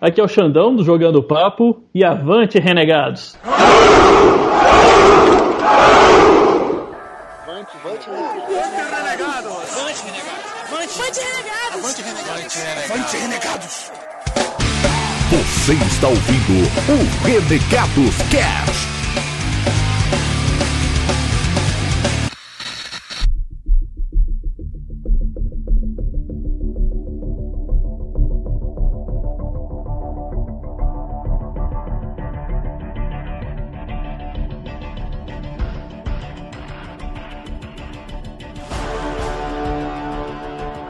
Aqui é o Xandão do Jogando Papo e avante, renegados! Avante, avante, renegado! Avante, renegado! Avante, renegado! Avante, renegado! Avante, renegados! Você está ouvindo o Renegados Cast.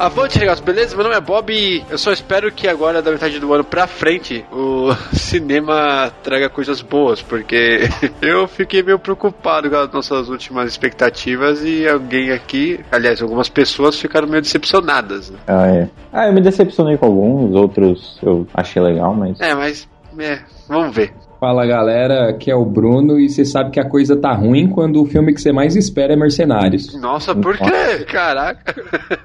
Avante, regaço, beleza? Meu nome é Bob e eu só espero que agora, da metade do ano pra frente, o cinema traga coisas boas, porque eu fiquei meio preocupado com as nossas últimas expectativas e alguém aqui, aliás, algumas pessoas ficaram meio decepcionadas. Né? Ah, é. Ah, eu me decepcionei com alguns, outros eu achei legal, mas. É, mas, é, vamos ver. Fala galera, aqui é o Bruno e você sabe que a coisa tá ruim quando o filme que você mais espera é Mercenários. Nossa, por quê? Caraca.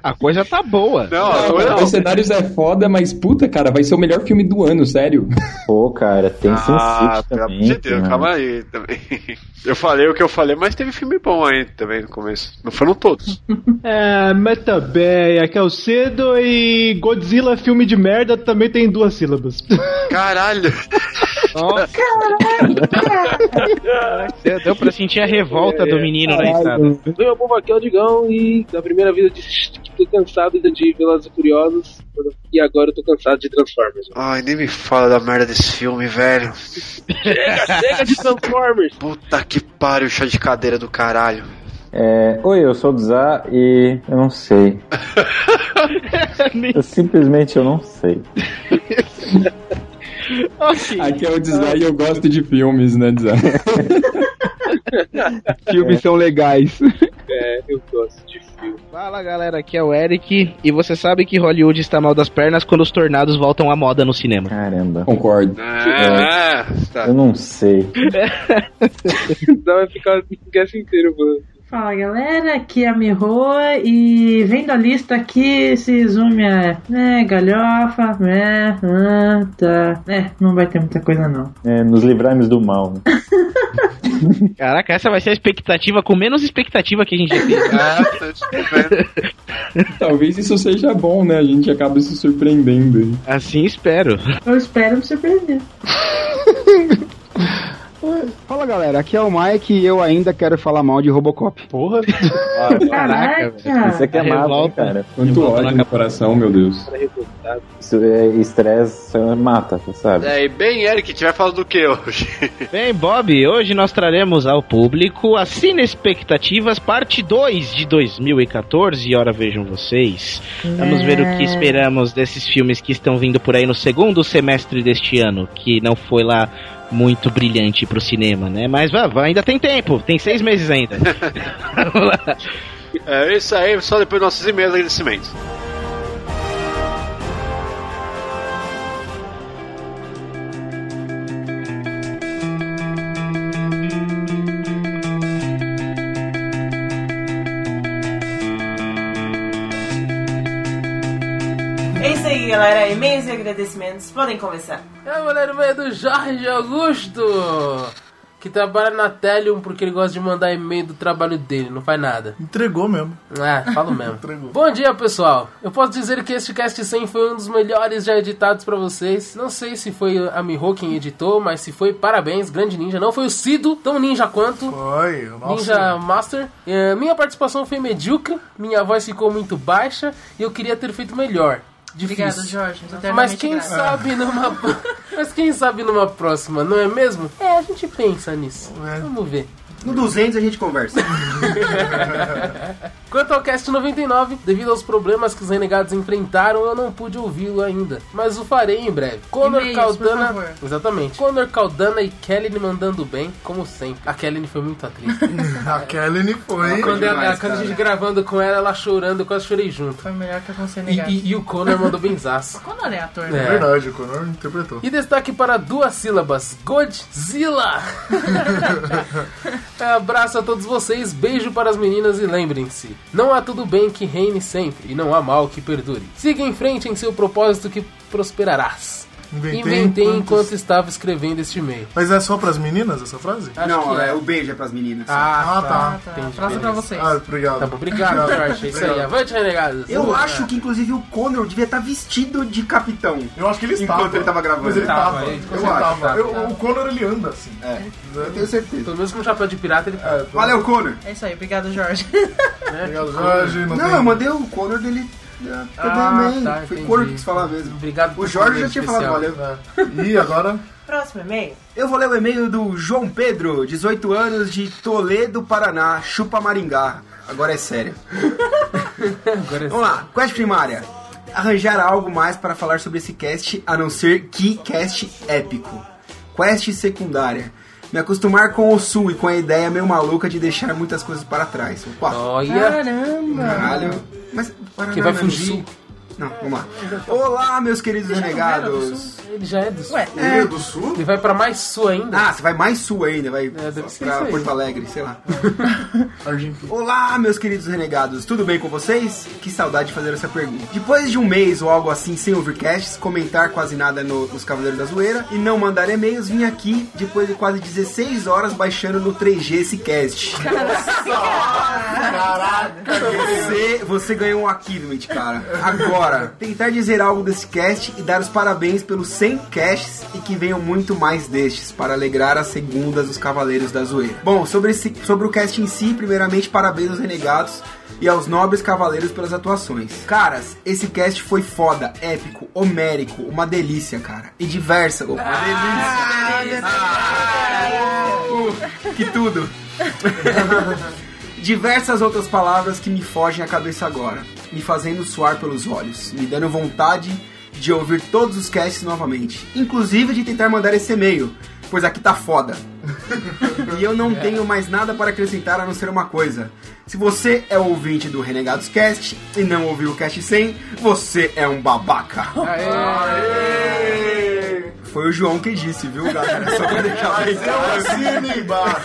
A coisa tá boa. Não, a coisa tá não. Mercenários é foda, mas puta, cara, vai ser o melhor filme do ano, sério. Pô, cara, tem ah, Sin City pelo também. amor de Deus, cara. tá. calma aí também. Eu falei o que eu falei, mas teve filme bom aí também no começo. Não foram todos. É, mas tá bem, aqui é o Cedo e Godzilla, filme de merda, também tem duas sílabas. Caralho. Nossa, Caralho, cara. deu pra sentir a revolta do menino né, na estrada. Meu povo, aqui é o Digão e na primeira vida eu disse que tô cansado de Velozes e Furiosos e agora eu tô cansado de Transformers. Ai, nem me fala da merda desse filme, velho. Chega, chega de Transformers! Puta que pariu, chá de cadeira do caralho. É, Oi, eu sou o Zá e eu não sei. eu simplesmente eu não sei. Ok. Aqui é o design e eu gosto de filmes, né, design? Filmes são legais. É, eu gosto de filme. Fala galera, aqui é o Eric e você sabe que Hollywood está mal das pernas quando os tornados voltam à moda no cinema. Caramba. Concordo. Ah, tá. Eu não sei. Então vai ficar o cast inteiro, mano. Fala galera, aqui é a Mihoa e vendo a lista aqui, esse zoom é, né, galhofa, né, ah, tá. É, não vai ter muita coisa não. É, nos livrarmos do mal. né? Caraca, essa vai ser a expectativa com menos expectativa que a gente já teve. Ah, tá escrevendo. Talvez isso seja bom, né? A gente acaba se surpreendendo. aí. Assim espero. Eu espero me surpreender. Fala galera, aqui é o Mike e eu ainda quero falar mal de Robocop. Porra. Ah, Caraca, Isso aqui é A massa, hein, revolta. cara. Quanto Revolta ódio na no coração, meu Deus. Tá revoltado. Isso é estresse, mata, sabe? É, e bem, Eric, a gente vai falar do que hoje? Bem, Bob, hoje nós traremos ao público as Cine Expectativas, parte 2 de 2014. Ora, vejam vocês. Vamos ver o que esperamos desses filmes que estão vindo por aí no segundo semestre deste ano, que não foi lá muito brilhante pro cinema, né? Mas vá, vá, ainda tem tempo, tem seis meses ainda. Vamos lá. É isso aí, só depois dos nossos e-mails agradecimentos. É isso aí, galera. E-mails e agradecimentos. Podem começar. É, galera, o e-mail do Jorge Augusto, que trabalha na Telium porque ele gosta de mandar e-mail do trabalho dele, não faz nada. Entregou mesmo. É, falo mesmo. Entregou. Bom dia, pessoal. Eu posso dizer que este cast 100 foi um dos melhores já editados pra vocês. Não sei se foi a Miho quem editou, mas se foi, parabéns, grande ninja. Não foi o Cido, tão ninja quanto. Foi, nossa. Ninja Master. É, minha participação foi medíocre, minha voz ficou muito baixa e eu queria ter feito melhor. Difícil. Obrigado, Jorge. Mas quem grato. sabe numa Mas quem sabe numa próxima, não é mesmo? É, a gente pensa nisso. É. Vamos ver. No 200 a gente conversa. Quanto ao cast 99, devido aos problemas que os renegados enfrentaram, eu não pude ouvi-lo ainda, mas o farei em breve. Conor E-mails, Caldana, por favor. exatamente. Conor Caldana e Kelly me mandando bem, como sempre. A Kelly foi muito atriz. A Kelly foi. quando, ela- demais, quando a gente cara. gravando com ela, ela chorando, eu quase chorei junto. Foi melhor que aconteceu E, negado. e- e o Conor mandou benzaço. Quando ele é ator, É. né? Verdade, o Conor interpretou. E destaque para duas sílabas: Godzilla! Abraço a todos vocês, beijo para as meninas e lembrem-se: não há tudo bem que reine sempre e não há mal que perdure. Siga em frente em seu propósito que prosperarás. Inventei, enquanto- enquanto... estava escrevendo este e-mail. Mas é só pras meninas essa frase? Acho Não, que é. é o beijo é pras meninas. Ah, tá. Entendi. Próximo pra vocês. Ah, obrigado. Tá bom, obrigado, Jorge. É Isso aí, avante, renegados. Eu acho que inclusive o Connor devia estar vestido de capitão. Eu acho que ele estava. Enquanto ele tava gravando. Mas ele tava. Tava, Eu ele acho. tava. Eu- o Connor ele anda assim. É, É. Eu tenho certeza. Pelo menos com um chapéu de pirata ele. Valeu, Connor. É isso aí, obrigado, Jorge. Obrigado, Ah, Jorge, Não, não tem- eu mandei o Connor dele. ah, Também, tá, Foi o entendi. Connor que quis falar mesmo. Obrigado O Jorge já tinha falado, valeu. E agora? Próximo e-mail. Eu vou ler o e-mail do João Pedro, 18 anos, de Toledo, Paraná, chupa Maringá. Agora é sério. Vamos lá, quest primária. Arranjar algo mais para falar sobre esse cast, a não ser que cast épico. Quest secundária. Me acostumar com o sul e com a ideia meio maluca de deixar muitas coisas para trás. Opa. Caramba! Caralho. Mas Paraná Que vai não é no fugir. sul? Não, vamos lá. Olá, meus queridos renegados. Ele já é do é sul. Ele é do sul? Ele vai pra mais sul ainda. É, Ah, você vai mais sul ainda, vai ser pra isso aí. Porto Alegre, sei lá. Olá, meus queridos renegados, tudo bem com vocês? Que saudade de fazer essa pergunta. Depois de um mês ou algo assim sem overcasts, comentar quase nada no- nos Cavaleiros da Zoeira e não mandar e-mails, vim aqui depois de quase 16 horas baixando no 3G esse cast. Você, você ganhou um achievement, cara. Agora, tentar dizer algo desse cast e dar os parabéns pelos 100 casts e que venham muito mais destes para alegrar as segundas dos Cavaleiros da Zoeira. Bom, sobre, esse, sobre o cast em si, primeiramente, parabéns aos renegados e aos nobres cavaleiros pelas atuações. Caras, esse cast foi foda, épico, homérico, uma delícia, cara. E diversa. Uma delícia. que tudo. Diversas outras palavras que me fogem à cabeça agora, me fazendo suar pelos olhos, me dando vontade de ouvir todos os casts novamente, inclusive de tentar mandar esse e-mail, pois aqui tá foda. e eu não tenho mais nada para acrescentar a não ser uma coisa. Se você é ouvinte do Renegados Cast e não ouviu o Cast 100, você é um babaca. Foi o João que disse, viu, galera? né? Só pra deixar bem claro.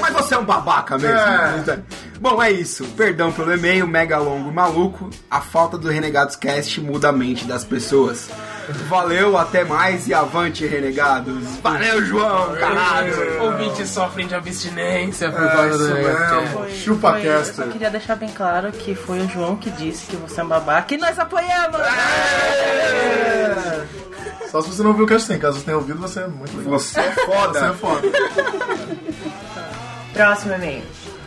Mas você é um babaca mesmo. É. né? Bom, é isso. Perdão pelo e-mail, mega longo e maluco. A falta do Renegados Cast muda a mente das pessoas. Valeu, até mais e avante, Renegados. Valeu, João, É. caralho. Ouvintes sofrem de abstinência Ah, por É, causa do isso negócio. um mesmo. É. Chupa Foi- Eu Caster. só queria deixar bem claro que foi o João que disse que você é um babaca e nós apoiamos! Só se você não viu o cast tem. Caso você tenha ouvido, você é muito legal. Você é foda. Você é foda. Próximo e-mail.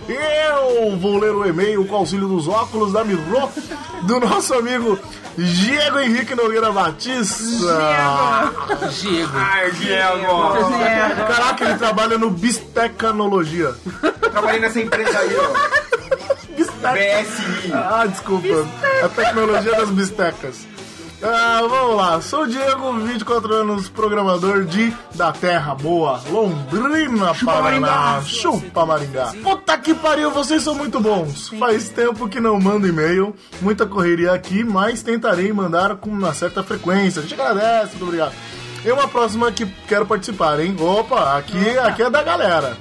Eu vou ler o e-mail com auxílio dos óculos da Miro do nosso amigo Diego Henrique Nogueira Batista. Diego. Ai, Ah, Diego. Diego. Caraca, ele trabalha no Bistecanologia. Trabalhei nessa empresa aí, ó. BSI. Ah, desculpa. A tecnologia das bistecas. Ah, vamos lá. Sou o Diego, 24 anos, programador de Da Terra Boa, Londrina, Paraná. Maringá. Chupa Maringá. Puta que pariu, vocês são muito bons. Faz tempo que não mando e-mail, muita correria aqui, mas tentarei mandar com uma certa frequência. A gente agradece, muito obrigado. E uma próxima que quero participar, hein? Opa, aqui, aqui é da galera.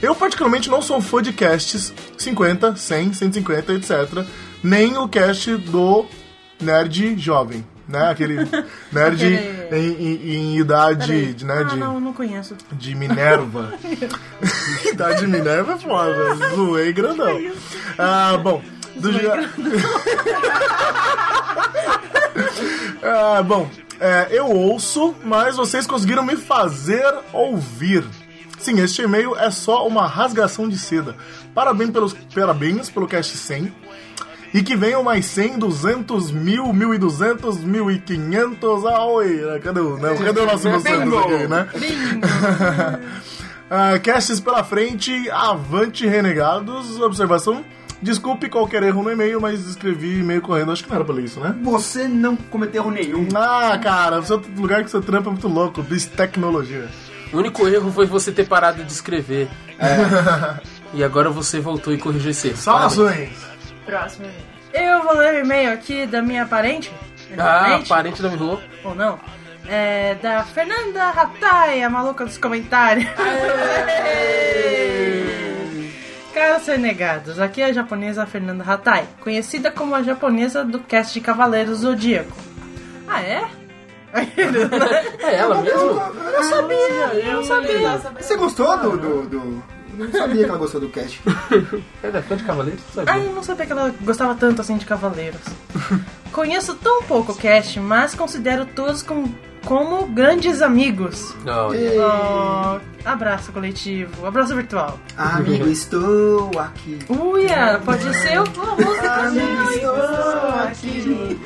Eu, particularmente, não sou fã de casts 50, 100, 150, etc. Nem o cast do Nerd Jovem, né? Aquele nerd Aquele- em, em- em idade de, né, Ah, de, não, não conheço. de Minerva. idade Minerva é foda, zoei grandão. Ah, bom, do dia... Ah, bom, é, eu ouço, mas vocês conseguiram me fazer ouvir. Sim, este e-mail é só uma rasgação de seda. Parabéns, pelos, parabéns pelo cast 100. E que venham mais 100, 200, 1000, 1200, 1500. Ah, oi, cadê o, né? cadê o nosso 200 aqui, né? Ah, casts pela frente, avante renegados. Observação: desculpe qualquer erro no e-mail, mas escrevi e-mail correndo. Acho que não era pra ler isso, né? Você não cometeu erro nenhum. Ah, cara, o seu lugar que você trampa é muito louco. Bis tecnologia. O único erro foi você ter parado de escrever. E agora você voltou e corrigiu esse erro. Saudações! Próximo e-mail. Eu vou ler o e-mail aqui da minha parente. Ah, Parente? parente da Miho. Ou não? É, da Fernanda Ratai, a maluca dos comentários. Caros renegados, aqui é a japonesa Fernanda Hatai, conhecida como a japonesa do cast de Cavaleiros Zodíaco. Ah, é? É ela mesmo? Eu Ah, não sabia, eu não sabia. Você gostou do. do, do- Não sabia que ela gostou do cast. Ela é fã de Cavaleiros? Ai, Ah, eu não sabia que ela gostava tanto assim de Cavaleiros. Conheço tão pouco o cast, mas considero todos com- como grandes amigos. Não. Oh, abraço coletivo, abraço virtual. Amigo, estou aqui. Uia, pode ser uma música de Amigo, estou aqui.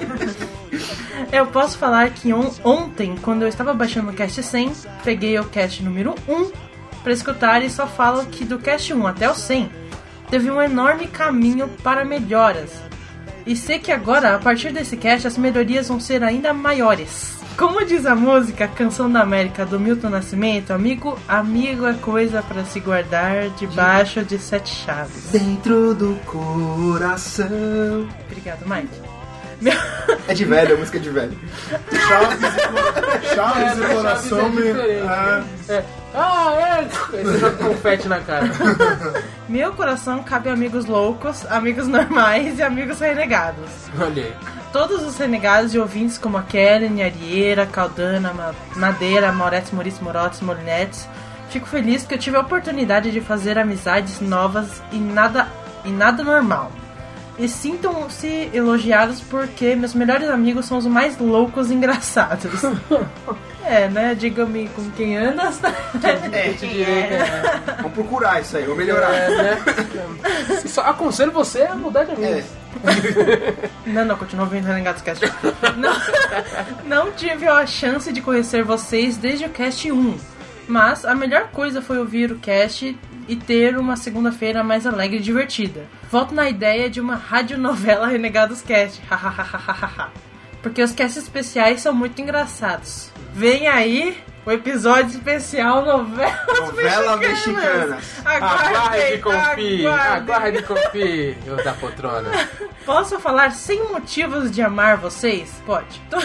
Eu posso falar que on- ontem, quando eu estava baixando o cast 100, peguei o cast número 1 para escutar e só falo que do cast 1 até o 100 teve um enorme caminho para melhoras. E sei que agora, a partir desse cast, as melhorias vão ser ainda maiores. Como diz a música Canção da América do Milton Nascimento, amigo, amigo é coisa para se guardar debaixo de sete chaves. Dentro do coração. Obrigado, Mike. É de velho, é música de velho. Chaves e coração me. diferente. É. Ah, é! Aí você joga confete na cara. Meu coração cabe amigos loucos, amigos normais e amigos renegados. Olha aí. Todos os renegados e ouvintes como a Kellen, Arieira, Caldana, Ma- Madeira, Moretz, Moritz, Morotes, Molinetes. Fico feliz que eu tive a oportunidade de fazer amizades novas e nada, e nada normal. E sintam-se elogiados porque meus melhores amigos são os mais loucos e engraçados. é, né? Diga-me com quem andas. É, Vamos procurar isso aí, vou melhorar. É, né? Só aconselho você a mudar de É. amigo. Não, não, continua ouvindo Renegados Cast. Não, não tive a chance de conhecer vocês desde o cast 1. Mas a melhor coisa foi ouvir o cast e ter uma segunda-feira mais alegre e divertida. Volto na ideia de uma radionovela Renegados Cast. Porque os casts especiais são muito engraçados. Vem aí o episódio especial novelas é, Novela mexicanas. Ah, tá Aguarde, aguardem. confie. Aguarde, confie. Eu da poltrona. Posso falar sem motivos de amar vocês? Pode. Tô,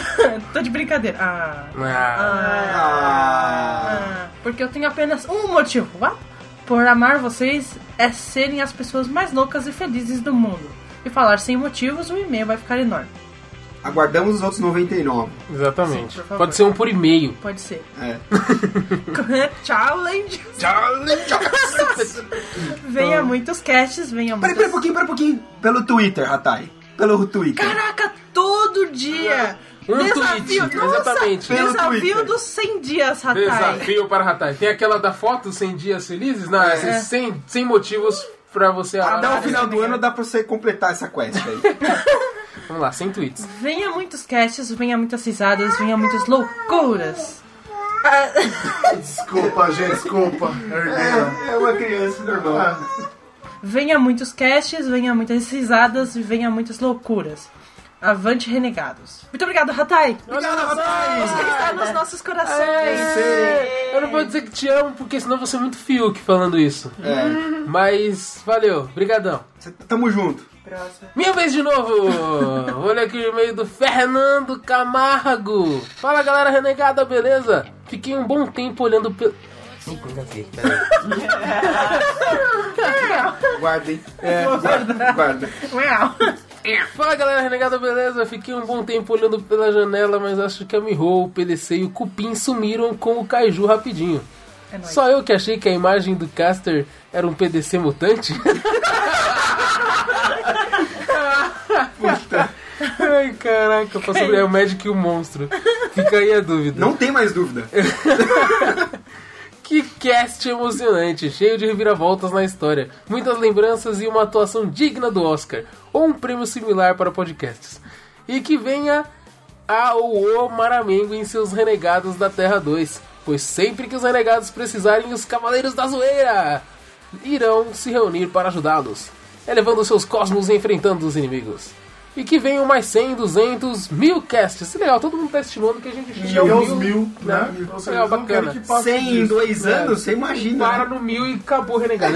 tô de brincadeira. Ah. Ah. Porque eu tenho apenas um motivo. vá? Por amar vocês é serem as pessoas mais loucas e felizes do mundo. E falar sem motivos, o e-mail vai ficar enorme. Aguardamos os outros 99. Exatamente. favor. Pode ser um por e-mail. Pode ser. É. Challenge! venha muitos casts, venha muitos. Peraí, peraí, um pouquinho, peraí, um pouquinho. Pelo Twitter, Ratai. Pelo Twitter. Caraca, todo dia! Um desafio, tweet, nossa, exatamente. Pelo desafio Twitter. dos 100 dias, Hatai. Desafio para Ratai. Tem aquela da foto 100 dias felizes? Não, essa é É. 100, 100 motivos pra você amar. Até o final do ano dá pra você completar essa quest aí. Vamos lá, 100 tweets. Venha muitos casts, venha muitas risadas, venha muitas loucuras. Ah, Desculpa, gente, desculpa. Ah, É, é uma criança normal. venha muitos casts, venha muitas risadas e venha muitas loucuras. Avante, renegados. Muito obrigado, Hatai. Obrigado, Ratai. Você está nos nossos corações. Eu não vou dizer que te amo, porque senão você é muito Fiuk falando isso. É. Mas valeu, brigadão. Tamo junto. Minha vez de novo! Olha aqui o e-mail do Fernando Camargo. Fala galera renegada, beleza? Fiquei um bom tempo olhando pelo. Eita, engasguei, peraí. É. Guarda, hein? É. guarda. guarda. Fala galera renegada, beleza? Fiquei um bom tempo olhando pela janela, mas acho que a Miho, o PDC e o Cupim sumiram com o Kaiju rapidinho. Só eu que achei que a imagem do Caster era um PDC mutante? Puta. Ai, caraca, eu posso é o Magic e o Monstro. Fica aí a dúvida. Não tem mais dúvida. Que cast emocionante, cheio de reviravoltas na história, muitas lembranças e uma atuação digna do Oscar, ou um prêmio similar para podcasts. E que venha a ou o Maramengo em seus Renegados da Terra 2, pois sempre que os renegados precisarem, os Cavaleiros da Zoeira irão se reunir para ajudá-los, elevando seus cosmos e enfrentando os inimigos. E que venham mais 100, 200, mil casts. Legal, todo mundo tá estimando que a gente é E aos mil, né? Ou seja, Legal, eles não querem bacana. que passe 100 em disso. né? dois anos, você imagina, né? Para no mil e acabou renegado.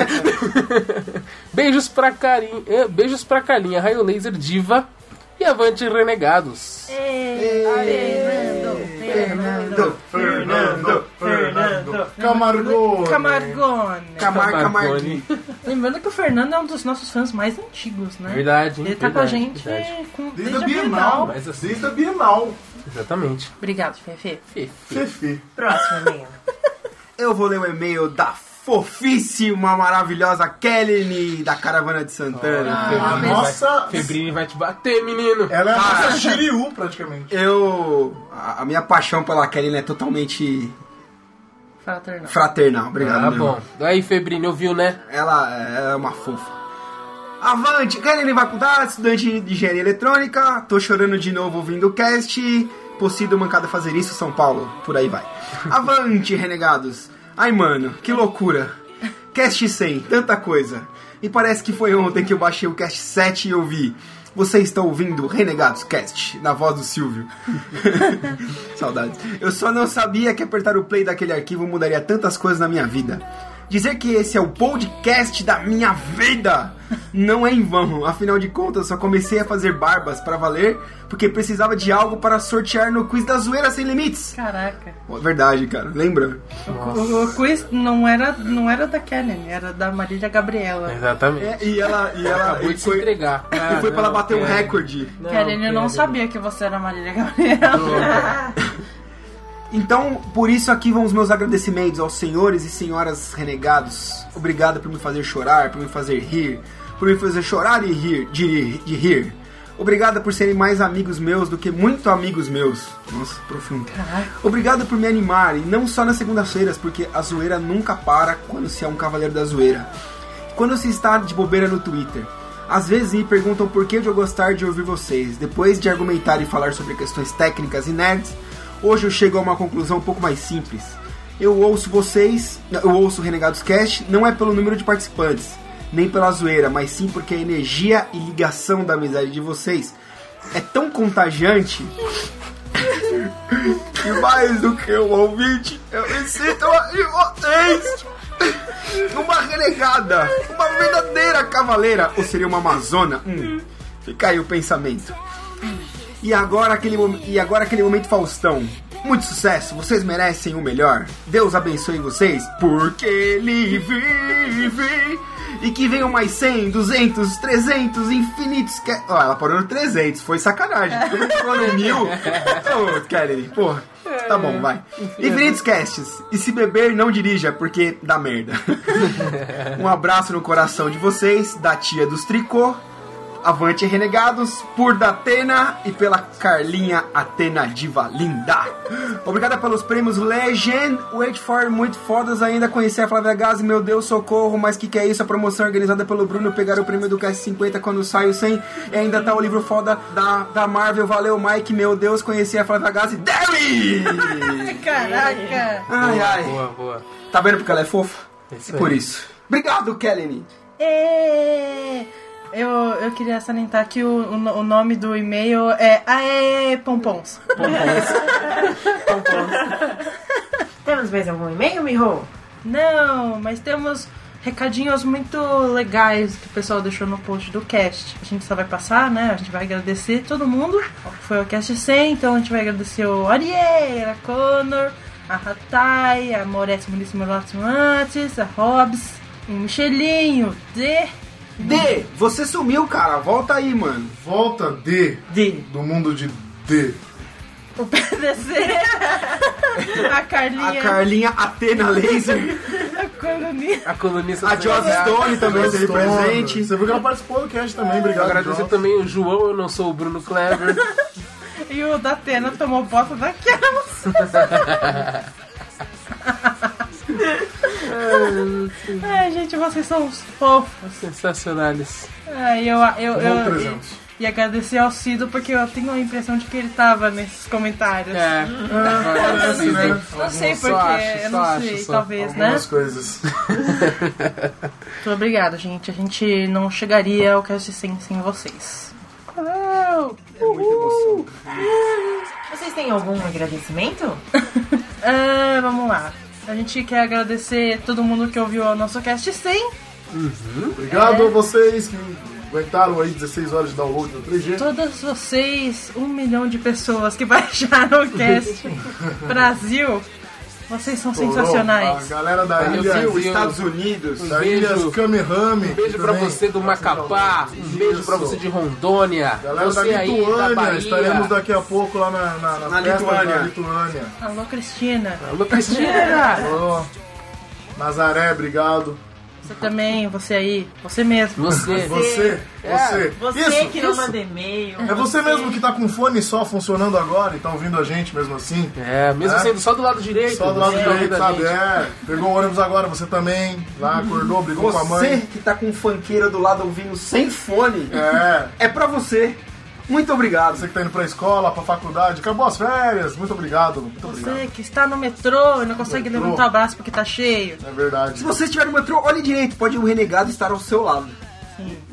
Beijos pra Carinha. eh, Beijos pra Carinha, Raio Laser Diva e Avante Renegados. É. Fernando, Fernando, Fernando. Camargo. Camargone. Tá Camar, Camargone. Lembrando que o Fernando é um dos nossos fãs mais antigos, né? Verdade, hein? Ele tá com a Verdade, gente verdade. com, Desde a Bienal. Mas assim- Desde a Bienal. Exatamente. Obrigado, Fefe. Fefe. Próximo e-mail. Eu vou ler o e-mail da fofíssima, maravilhosa Kelly da Caravana de Santana. Ah, Nossa! Febrini vai te bater, menino. Ela é a Cara. nossa Shiryu, praticamente. Eu. A, a minha paixão pela Kelly é totalmente Fraternal. fraternal. Obrigado, Ah, meu irmão. bom. Aí, Febrini, ouviu, né? Ela é uma fofa. Avante, Kelly vai contar, estudante de engenharia eletrônica. Tô chorando de novo ouvindo o cast. Possível mancada fazer isso, São Paulo. Por aí vai. Avante, renegados. Ai, mano, que loucura. Cast 100, tanta coisa. E parece que foi ontem que eu baixei o cast 7 e ouvi. Vocês estão ouvindo Renegados Cast, na voz do Silvio. Saudades. Eu só não sabia que apertar o play daquele arquivo mudaria tantas coisas na minha vida. Dizer que esse é o podcast da minha vida não é em vão. Afinal de contas, só comecei a fazer barbas pra valer porque precisava de algo para sortear no quiz da Zoeira Sem Limites. Caraca. Pô, Verdade, cara. Lembra? O, o quiz não era, não era da Kellen, era da Marília Gabriela. Exatamente. É, e ela, e ela Acabou de se entregar. é. e foi pra ela bater um Kelly. recorde. Kellen, eu não sabia que você era a Marília Gabriela. Então, por isso aqui vão os meus agradecimentos aos senhores e senhoras renegados. Obrigado por me fazer chorar, por me fazer rir, por me fazer chorar e rir, de, rir- de rir. Obrigado por serem mais amigos meus do que muito amigos meus. Nossa, profundo. Obrigado por me animar, e não só nas segundas-feiras, porque a zoeira nunca para quando se é um cavaleiro da zoeira. Quando se está de bobeira no Twitter. Às vezes me perguntam por que de eu gostar de ouvir vocês. Depois de argumentar e falar sobre questões técnicas e nerds, hoje eu chego a uma conclusão um pouco mais simples. Eu ouço vocês, eu ouço o Renegados Cast, não é pelo número de participantes, nem pela zoeira, mas sim porque a energia e ligação da amizade de vocês é tão contagiante que mais do que um ouvinte, eu me sinto de vocês. Uma renegada, uma verdadeira cavaleira, ou seria uma amazona? Hum, fica aí o pensamento. E agora aquele, mom- e agora aquele momento Faustão. Muito sucesso, vocês merecem o melhor. Deus abençoe vocês, porque ele vive. E que venham mais 100, 200, 300, infinitos. Que... Ó, ela parou no 300, foi sacanagem. Como é que parou no mil? Ô, Kelly, porra. Tá bom, vai. Infinitos casts. E se beber, não dirija, porque dá merda. um abraço no coração de vocês, da tia dos tricô, Avante Renegados, por Datena e pela Carlinha Atena Diva Linda. Obrigada pelos prêmios Legend, Wait For, muito fodas ainda. Conhecer a Flávia Gazi, meu Deus, socorro, mas que que é isso? A promoção organizada pelo Bruno pegar o prêmio do Cast 50 quando sai o 100. E ainda tá o livro foda da, da Marvel, valeu Mike, meu Deus, conhecer a Flávia Gazi, Derry! Caraca. Ai, ai. Boa, boa. Tá vendo porque ela é fofa? aí. Por isso. Obrigado, Kelly. Ê! É. Eu, eu queria salientar que o, o, no- o nome do e-mail é Aê Pompons. Temos mais algum e-mail, Miho? Não, mas temos recadinhos muito legais que o pessoal deixou no post do cast. A gente só vai passar, né? A gente vai agradecer todo mundo. Foi o cast 100, então a gente vai agradecer o Ariel, a Connor, a Hatai, a Moretti Municipal antes, a Hobbs, o Michelinho, D. D, você sumiu, cara. Volta aí, mano. Volta D. D. Do mundo de D. O PDC, a Carlinha. A Carlinha Atena Laser. A colunista. A colunista A Joss Stone também esteve presente. Você viu que ela participou do cast É, também, obrigado. Agradecer Joss. também o João, eu não sou o Bruno Kleber. E o da Atena tomou bota da Kels. Ai, gente, vocês são uns fofos. Sensacionais. Ai, É, eu, eu, Bom eu, e, presente. e agradecer ao Cido, porque eu tenho a impressão de que ele tava nesses comentários. É. eu não sei, não sei Algumas- só porque, acho, eu só não acho, sei, só. talvez, né? Algumas coisas. Muito obrigada, gente. A gente não chegaria ao cast sem, sem vocês. Vocês têm algum agradecimento? Ah, vamos lá. A gente quer agradecer todo mundo que ouviu o nosso cast 100. Obrigado É. a vocês que aguentaram aí 16 horas de download no 3G. Todas vocês, um milhão de pessoas que baixaram o cast Brasil. Vocês são Torou. sensacionais. A galera da Valeu, ilha Brasil, Estados Unidos, da ilha Kamehameha. Um beijo pra você do Macapá, um beijo pra você de Rondônia, Galera você da aí da Lituânia, Bahia. estaremos daqui a pouco lá na, na, na Na festa Lituânia. da Lituânia. Alô, Cristina. Alô, Cristina. Alô. Nazaré, obrigado. Você também, você aí, você mesmo. É, Você. Você, você. Você Isso, que não isso. manda e-mail. É você mesmo que tá com fone só funcionando agora e tá ouvindo a gente mesmo assim? É, mesmo sendo só do lado direito, Só do lado você tá direito, ouvindo a sabe? gente. É, pegou o ônibus agora, você também. Lá acordou, brigou com a mãe. Você que tá com um funkeiro do lado ouvindo sem fone, É. é pra você. Muito obrigado. Você que tá indo pra escola, pra faculdade, acabou as férias. Muito obrigado, muito obrigado. Você que está no metrô e não consegue Metrô. levantar o braço porque tá cheio. É verdade. Se você estiver no metrô, olhe direito, pode o renegado estar ao seu lado.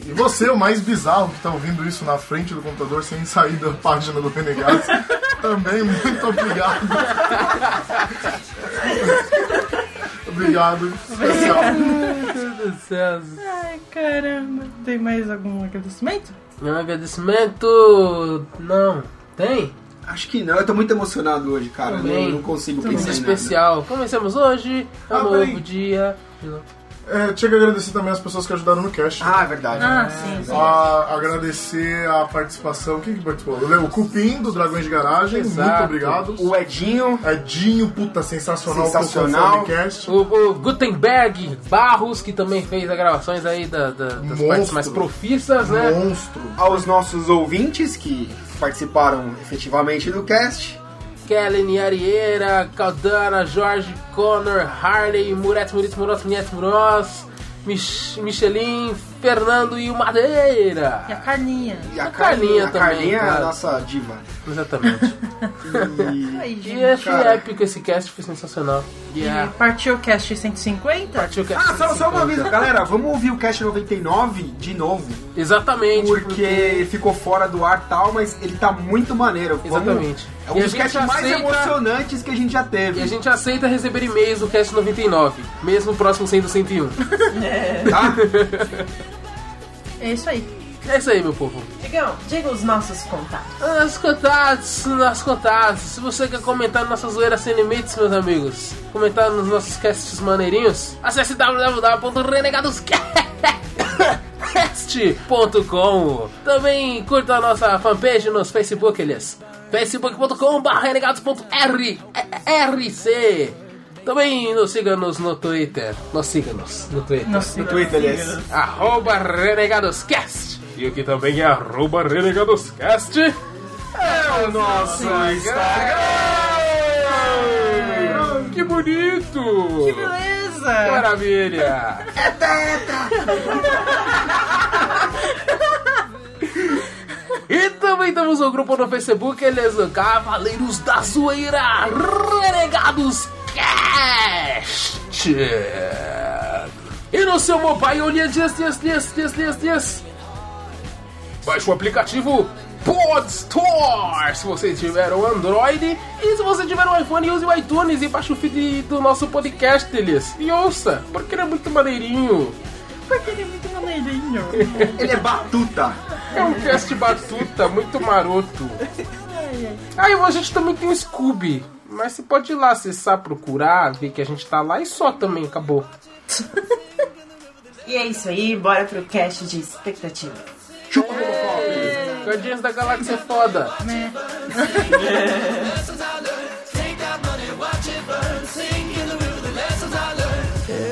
E você, o mais bizarro que tá ouvindo isso na frente do computador sem sair da página do Renegados, também muito obrigado. obrigado. Especial. Ai, caramba. Tem mais algum agradecimento? Meu agradecimento. Não. Tem? Acho que não, eu tô muito emocionado hoje, cara. Eu Também. não, não consigo Também. pensar. em nada. especial. Começamos hoje. É um Ah, novo peraí. dia. É, tinha que agradecer também as pessoas que ajudaram no cast. Ah, é verdade. Ah, sim, sim. A- agradecer a participação. Quem que participou? O Cupim, do Dragões de Garagem. Muito Exato. obrigado. O Edinho. Edinho, puta, sensacional. Sensacional. tocou o Sonicast. O, o Gutenberg Barros, que também fez as gravações aí da- da- das partes mais profissas, né? Monstro. Aos nossos ouvintes que participaram efetivamente do cast. Kellen Arieira, Caldana, Jorge, Connor, Harley, Muret, Murit, Muros, Nieto, Muros, Mich Michelin, Fernando e o Madeira. E a Carninha. E a, A Carlinha, Carlinha a também, Carlinha é a claro. nossa diva. Exatamente. Aí, gente. E achei Cara. épico esse cast, foi sensacional. E partiu o cast 150? Partiu o cast Ah, só, só um aviso, galera, vamos ouvir o Cast 99 de novo. Exatamente. Porque, ele ficou fora do ar e tal, mas ele tá muito maneiro. Vamos- Exatamente. É um E a dos gente casts mais aceita- emocionantes que a gente já teve. E a gente aceita receber e-mails do cast 99, mesmo o próximo sendo um. o 101. É isso aí. É isso aí, meu povo. Digão, diga os nossos contatos. Nossos contatos, nossos contatos. Se você quer comentar nossas zoeiras sem limites, meus amigos, comentar nos nossos casts maneirinhos, acesse www.renegadoscast.com. Também curta a nossa fanpage nos Facebook, aliás. facebook.com.br é, renegados.rc Também nos siga-nos no Twitter. Nos siga-nos no Twitter. Nos siga-nos. No Twitter, aliás. Arroba renegadoscast. E o que também é arroba renegadoscast é o nosso Instagram! Que bonito! Que beleza! Que maravilha! Eta, E também temos o grupo no Facebook, eles são Cavaleiros da Zoeira Renegados Cast. E no seu mobile, yes, yes, yes, yes, yes, yes, yes. Baixe o aplicativo Pod Store, se você tiver um Android. E se você tiver um iPhone, use o iTunes e baixe o feed do nosso podcast, eles. E ouça, porque ele é muito maneirinho. Porque ele é muito maneirinho. Ele é batuta. É um cast batuta, muito maroto. Aí a gente também tem o Scooby. Mas você pode ir lá acessar, procurar, ver que a gente tá lá e só também, acabou. E é isso aí, bora pro cast de expectativa. Guardiões da Galáxia é foda.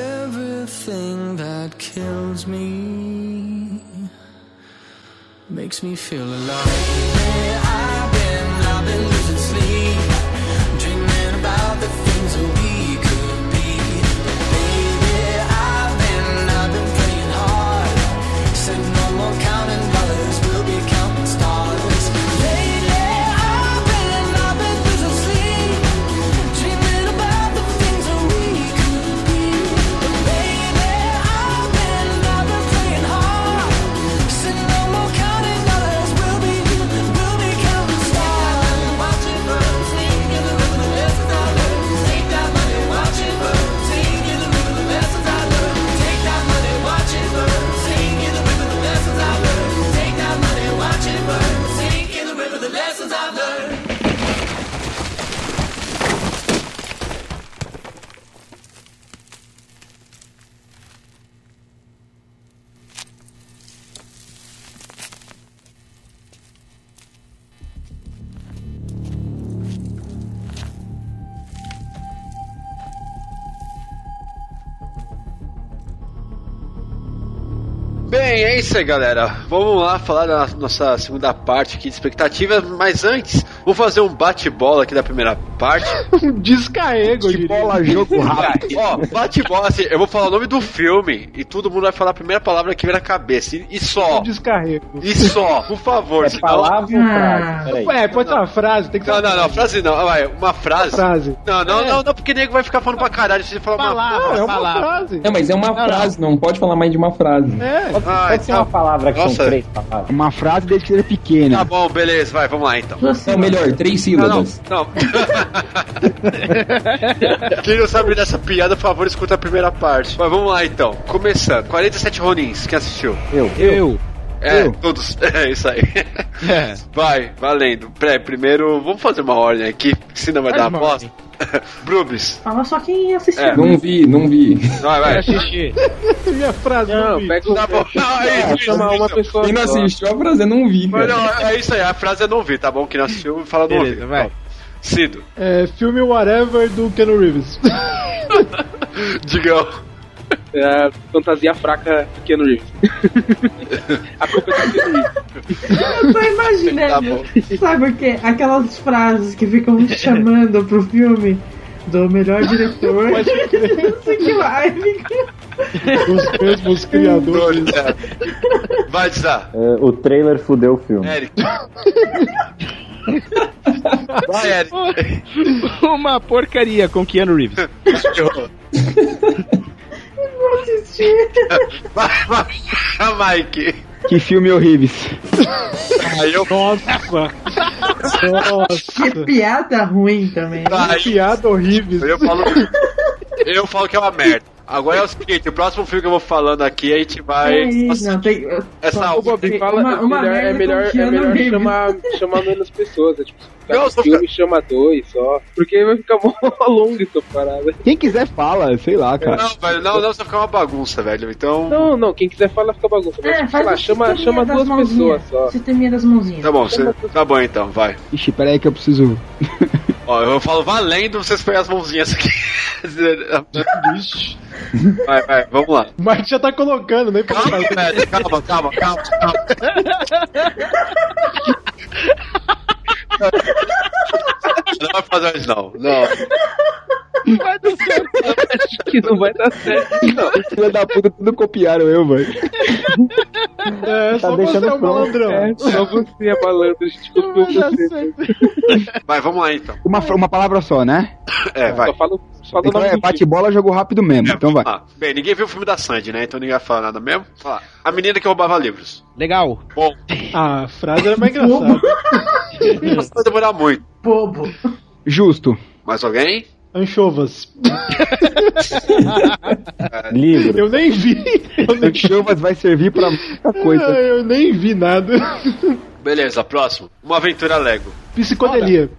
Everything that kills me makes me feel alive. I've been, I've been losing sleep, dreaming about the things that we could be. But baby, I've been, I've been playing hard. Said no more counting dollars, we'll be counting stars. Lately, I've been, I've been losing sleep, dreaming about the things that we could be. But baby, I've been, I've been playing hard. Said no more counting dollars, we'll be, we'll be counting stars. Bem, é isso aí, galera. Vamos lá falar da nossa segunda parte aqui de expectativas, mas antes, vou fazer um bate-bola aqui da primeira parte. Um descarrego, Um De bola, Ó, bate-bola, assim, eu vou falar o nome do filme e todo mundo vai falar a primeira palavra que vem na cabeça. E, e só, Descarrego. e só, por favor. É senão- palavra Ah. ou Ah. frase? Peraí. Ué, pode ser uma frase, tem que ser Não, uma não, não, frase não. Ah, Vai, uma frase. Frase. Não, não, não, não, porque nego vai ficar falando pra caralho se você falar Palavra, uma é uma frase. Não, mas é uma frase, não pode falar mais de uma frase. É. Pode, Ah, pode ser então- uma palavra que Nossa. são três palavras. Uma frase desde que é seja pequena. Tá bom, beleza, vai, vamos lá então. Não, é melhor, três sílabas. Não, não. Quem não sabe dessa piada, por favor, escuta a primeira parte. Mas vamos lá então. Começando. 47 Ronins, quem assistiu? Eu. Eu. É, todos. É isso aí. É. Vai, valendo. Pré, primeiro, vamos fazer uma ordem aqui, porque senão vai Faz dar uma bosta. Brubis. Fala só quem assistiu. É. Não vi, não vi. Vai, vai. Minha frase Não, pega o. Tá bom. Ah, Não, isso, chama uma isso, isso. pessoa Quem não só. assistiu a frase, eu não vi, Mas cara. não, é isso aí, a frase é não ouvir, tá bom? Quem não assistiu, fala não Beleza, ouvir. vai. Bom, Cido, É, filme Whatever do Keanu Reeves. digão. É a fantasia fraca do Keanu Reeves. a culpa é do Keanu Reeves. Eu tô imaginando. sabe o quê? Aquelas frases que ficam chamando pro filme do melhor diretor. Não sei que lá. Aí fica- Os mesmos criadores. Vai, Dizá. É, o trailer fudeu o filme. Eric. Sério. Uma porcaria com Keanu Reeves. Eu vou assistir. Vai, vai, Mike. Que filme horríveis. Aí eu... Nossa. Que piada ruim também. Aí- Piada horrível. Eu falo, eu falo que é uma merda. Agora é o seguinte, o próximo filme que eu vou falando aqui, a gente vai. Aí, É não, tem, Essa Ô, Bob, Tem fala, uma- uma é melhor, é merda melhor, com é Keanu melhor Reeves. chamar, chamar menos pessoas. É, tipo, Não, cada só filme chama dois só. Porque vai ficar mó longo essa parada. Quem quiser fala, sei lá, cara. Não, velho, não, não, só ficar uma bagunça, velho. Então. Não, não, quem quiser falar fica bagunça. Mas, É, sei faz lá, um chama, sisteminha chama das duas mãozinhas. pessoas só. Sisteminha das mãozinhas. Tá bom, você... tá bom então, vai. Ixi, peraí que eu preciso. Ó, eu falo valendo, vocês põem as mãozinhas aqui. um né? Vai, vai, vamos lá. O Mike já tá colocando, né? Calma, velho, calma, calma, calma, calma. Não vai fazer isso, não. Não. Vai dar certo. Acho que não vai dar certo, não. Filha da puta, tudo copiaram eu, Tá velho. É, só você é um malandrão. É, só você é malandro, a gente copiou você. Vai, vamos lá então. Uma, fra- uma palavra só, né? É, vai. Só fala só do Então nome é do filme. bate-bola, jogo rápido mesmo. Então vai. um Ah, bem, ninguém viu o filme da Sandy, né? Então ninguém vai falar nada mesmo. Vamos lá. A menina que roubava livros. Legal. Bom, A frase era mais engraçada. não vai demorar muito. Bobo. Justo. Mais alguém? Anchovas. Livro. Eu nem vi. Eu nem, Chuvas vai servir pra muita coisa. Ah, eu nem vi nada. Beleza, próximo. Uma aventura Lego. Psicodelia.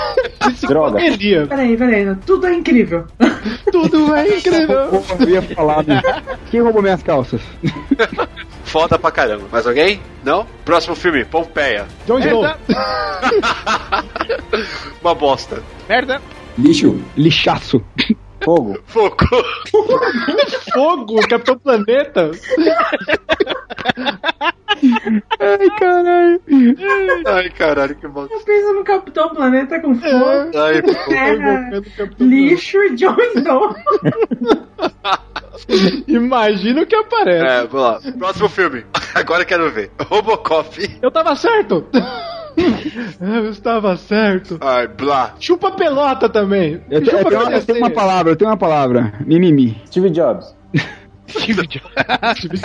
Psicodelia. Peraí, peraí. Tudo é incrível. Tudo é incrível. Porra, eu ia falar, né? Quem roubou minhas calças? Foda pra caramba. Mais alguém? Não? Próximo filme, Pompeia. John Snow. Uma bosta. Merda. Lixo. Lixaço. Fogo. Foco. Fogo, Capitão Planeta. Ai, caralho. Ai, caralho, que bosta. Eu penso no Capitão Planeta com fogo, Ai, pô. terra, Invocando É. o Capitão lixo e John Snow. Planeta. Imagina o que aparece. É, vamos lá. Próximo filme. Agora eu quero ver. Robocop. Eu tava certo. eu estava certo. Ai, blá. Chupa pelota também. Eu, te- eu Chupa tenho, uma- eu tenho uma palavra, eu tenho uma palavra. Mimimi. Steve Jobs. Steve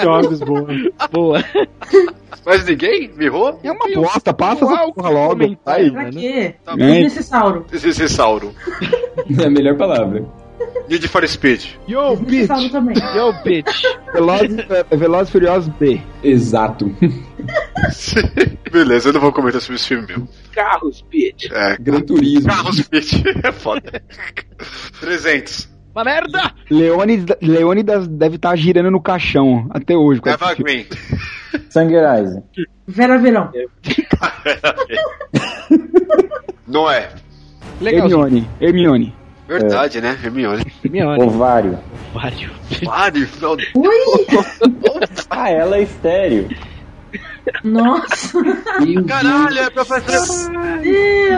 Jobs, boa. Boa. Mas ninguém? Mirrou? É uma bosta, passa essa porra logo. Aí. né? Pra quê? Tá bem. Dinossauro. Cessauro. É a melhor palavra. Need for Speed. Yo, Dinossauro bitch. também. Yo, bitch. É, Velozes, eh, Velozes e Furiosos B. Exato. Beleza, eu não vou comentar sobre esse filme meu. Carros, bitch. É. Gran Turismo. Carro Speed. É foda. 300. Uma merda. Leônidas, Leônidas deve estar girando no caixão até hoje. com Eva esse filme. Green. Sanguerize. Vera Verão. Noé. Legal. Hermione, Hermione. é. Verdade, né? Hermione. Hermione. Ovário. Vário. Vário. Não, Ui! Ah, ela é estéreo. Nossa! Caralho, é pra fazer.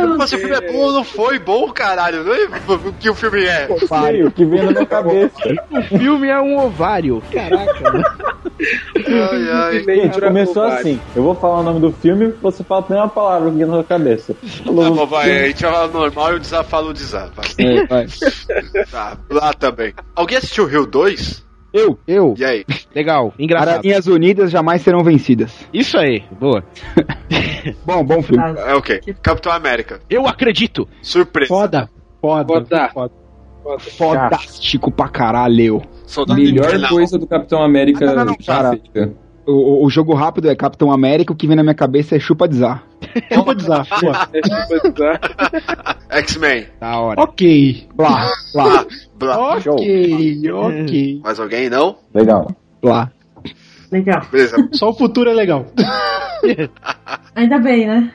Nossa, o filme é bom, não foi bom, caralho. Não é o que o filme é. Ovário, que vem na minha cabeça. O filme é um ovário. Caraca. Ai, ai. Gente, começou assim. Eu vou falar o nome do filme, você fala nem uma palavra aqui na sua cabeça. Tá bom, vai, a gente vai falar normal e o Dizá fala o Dizá. Vai. É, vai. Tá, lá também. Alguém assistiu Rio 2? Eu, eu. E aí? Legal, Araminhas unidas jamais serão vencidas. Isso aí, boa. bom, bom filme. É o quê? Capitão América. Eu acredito. Surpresa. Foda, foda, Foda. foda. Fodástico pra caralho. Soldado Melhor Invernal. coisa do Capitão América Ah, não, não, não, já para. feita. O, o- o jogo rápido é Capitão América, o que vem na minha cabeça é chupa desar. Chupa desafio. X-Men. Da hora. ok. Blá, blá, Blá. Ok, ok. Mais alguém, não? Legal. blá. Legal. Beleza. Só o futuro é legal. Ainda bem, né?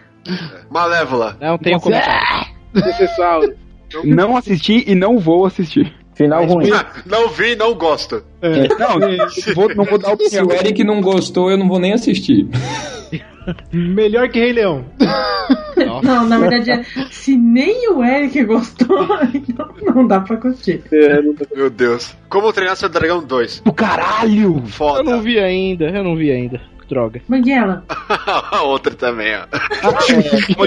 Malévola. Não tenho comentário. Necessário. Não assisti e não vou assistir. tipo, É, Final ruim. Não vi, não gosto. Não, não vou, não vou dar É. Se opinião. o Eric não gostou, eu não vou nem assistir. Melhor que Rei Leão. Não, na verdade, é, se nem o Eric gostou, então não dá pra curtir. Meu Deus. Como treinar seu dragão 2? Do caralho! Foda. Eu não vi ainda, eu não vi ainda. Droga. Banguela. Outra também, ó.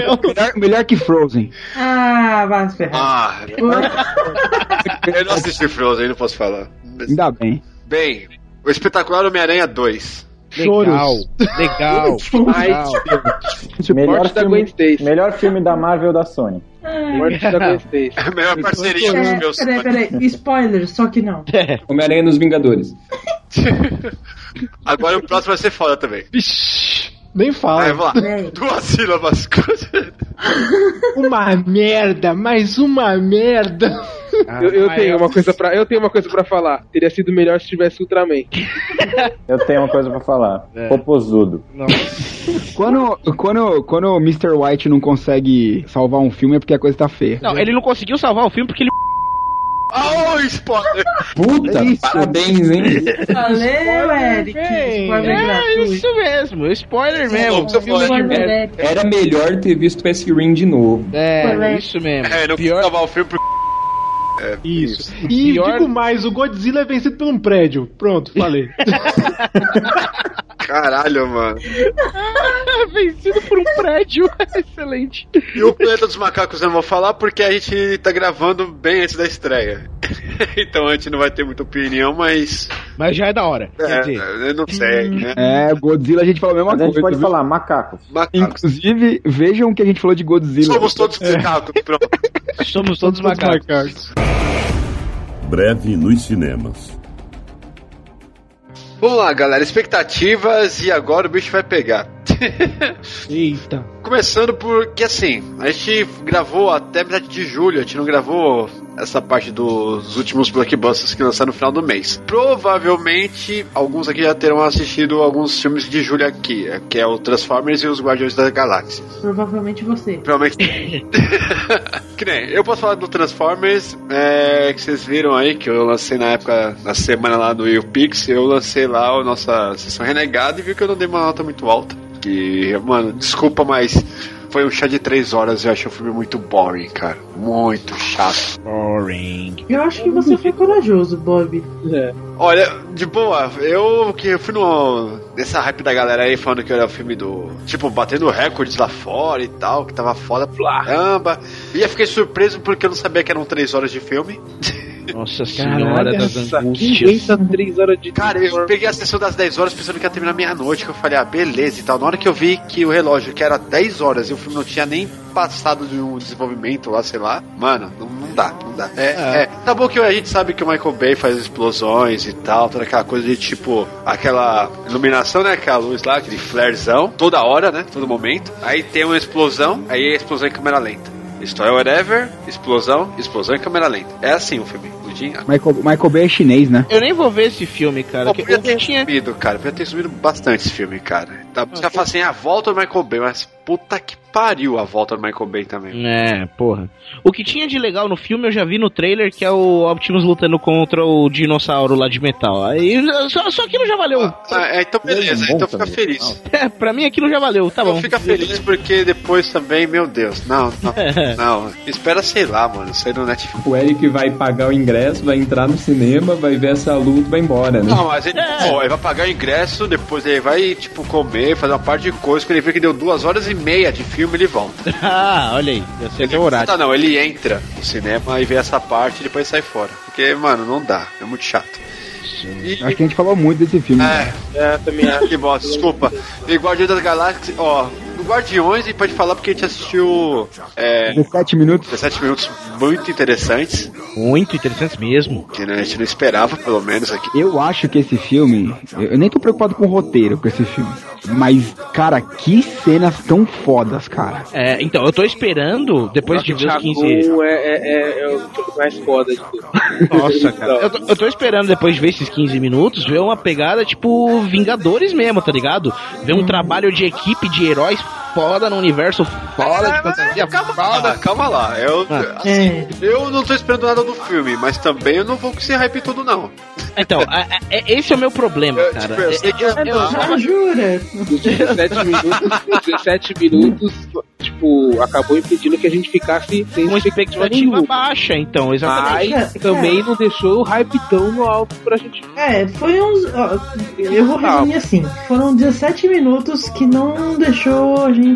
é. melhor, melhor que Frozen. Ah, vai se ferrar. Ah, eu não assisti Frozen, eu não posso falar. Ainda bem. Bem, o espetacular Homem-Aranha 2. Legal, legal. legal. Melhor Morte da Gwen filme, Stacy. melhor filme da Marvel da Sony. Morte da Gwen Stacy. É a melhor parceria dos É, meus peraí, peraí, spoiler, só que não. É. Homem-Aranha nos Vingadores. Agora o próximo vai ser foda também. Nem Vai, fala. vamos Ah, lá. Duas sílabas. Uma merda, mais uma merda. Ah, Eu, eu é tenho um uma coisa pra, eu tenho uma coisa pra falar. Teria sido melhor se tivesse Ultraman. Eu tenho uma coisa pra falar. É. Popozudo. Quando, quando, quando o Mr. White não consegue salvar um filme é porque a coisa tá feia. Não, ele não conseguiu salvar o filme porque ele. Ah, oh, spoiler! Puta, parabéns, hein? Valeu, Eric. Spoiler É gratuito. isso mesmo, spoiler mesmo. Você Filme falou, de Spoiler merda. back. Era melhor ter visto Pass Ring de novo. É, Spoiler. isso mesmo. É, É, não quis salvar o filme pro É, Isso. E Pior- digo mais, o Godzilla é vencido por um prédio. Pronto, falei. caralho, mano. Vencido por um prédio. Excelente. E o Planeta dos Macacos eu não vou falar porque a gente tá gravando bem antes da estreia. então a gente não vai ter muita opinião, mas. Mas já é da hora. Quer É, dizer, eu não sei, né? É, Godzilla a gente falou a mesma Mas a gente coisa. pode viu? falar, macacos. Macacos. Inclusive, vejam o que a gente falou de Godzilla. Somos todos macacos, pronto. É. somos todos macacos. Breve nos cinemas. Vamos lá, galera. Expectativas e agora o bicho vai pegar. Eita. Começando por que assim, a gente gravou até metade de julho, a gente não gravou essa parte dos últimos blockbusters que lançaram no final do mês. Provavelmente alguns aqui já terão assistido alguns filmes de julho aqui, que é o Transformers e os Guardiões da Galáxia. Provavelmente você. Provavelmente. que nem, eu posso falar do Transformers, é, que vocês viram aí, que eu lancei na época, na semana lá do YouPix, eu lancei lá a nossa sessão renegada e vi que eu não dei uma nota muito alta. Que, mano, desculpa, mas foi um chá de três horas, eu achei o filme muito boring, cara. Muito chato. Boring. Eu acho que você foi corajoso, Bob. É, Olha, de boa, eu que fui no, nessa hype da galera aí falando que era o filme do. Tipo, batendo recordes lá fora e tal, que tava foda pra caramba. E eu fiquei surpreso porque eu não sabia que eram três horas de filme. Nossa senhora das Nossa, angústias. Quem aguenta três horas de Cara, eu peguei a sessão das 10 horas pensando que ia terminar meia-noite, que eu falei, ah, beleza e tal. Na hora que eu vi que o relógio que era 10 horas e o filme não tinha nem passado de um desenvolvimento lá, sei lá, mano, não, não dá, não dá. É, é. Tá bom que a gente sabe que o Michael Bay faz explosões e tal, toda aquela coisa de tipo, aquela iluminação, né? Aquela luz lá, aquele flarezão, toda hora, né? Todo momento. Aí tem uma explosão, aí a explosão em câmera lenta. História whatever, explosão, explosão em câmera lenta. É assim o filme. O Imagina. Michael, Michael Bay é chinês, né? Eu nem vou ver esse filme, cara. Pô, que- podia ter subido, cara. Podia ter subido bastante esse filme, cara. Tá, os caras falam assim, a volta do Michael Bay, mas puta que pariu a volta do Michael Bay também. É, porra. O que tinha de legal no filme eu já vi no trailer, que é o Optimus lutando contra o dinossauro lá de metal. Aí só, só aquilo já valeu. é, então beleza, então fica feliz. É, pra mim aquilo já valeu, tá bom. Fica feliz porque depois também, meu Deus, não, não, É. não. Espera, sei lá, mano, sair do é Netflix. O Eric vai pagar o ingresso, vai entrar no cinema, vai ver essa luta e vai embora, né? Não, mas ele, É. pô, ele vai pagar o ingresso, depois ele vai, tipo, comer, fazer uma parte de coisa, que ele vê que deu duas horas e meia de filme, ele volta. Ah, olha aí, eu sei que é o horário. Tá, não, ele entra no cinema e vê essa parte e depois sai fora. Porque, mano, não dá, é muito chato. E, Acho que a gente falou muito desse filme. né? É, também acho. Que bosta, desculpa. E Guardiões das Galáxias, ó. do Guardiões, e pode falar porque a gente assistiu. É, 17 minutos. 17 minutos muito interessantes. Muito interessantes mesmo. Que né, a gente não esperava, pelo menos aqui. Eu acho que esse filme. Eu eu nem tô preocupado com o roteiro com esse filme. Mas, cara, que cenas tão fodas, cara. É, então, eu tô esperando, depois de ver os 15. é, é, é, é o tipo mais foda de tudo. Nossa, cara. Eu tô, eu tô esperando, depois de ver esses 15 minutos, ver uma pegada tipo Vingadores mesmo, tá ligado? Ver um trabalho de equipe de heróis foda no universo foda tipo, de fantasia Calma, calma lá, eu, Ah. assim, eu não tô esperando nada do filme, mas também eu não vou com esse hype todo, não. Então, a- a- é- esse é o meu problema, cara. tipo, eu sei que Eu- eu- eu- Ah, jura? Os 17 minutos, os 17 minutos, tipo, acabou impedindo que a gente ficasse sem Uma expectativa expectativa nenhuma. baixa, então, exatamente. Mas também não deixou o hype tão no alto pra gente. É, foi uns. ó, eu vou resumir assim. Foram 17 minutos que não deixou a gente.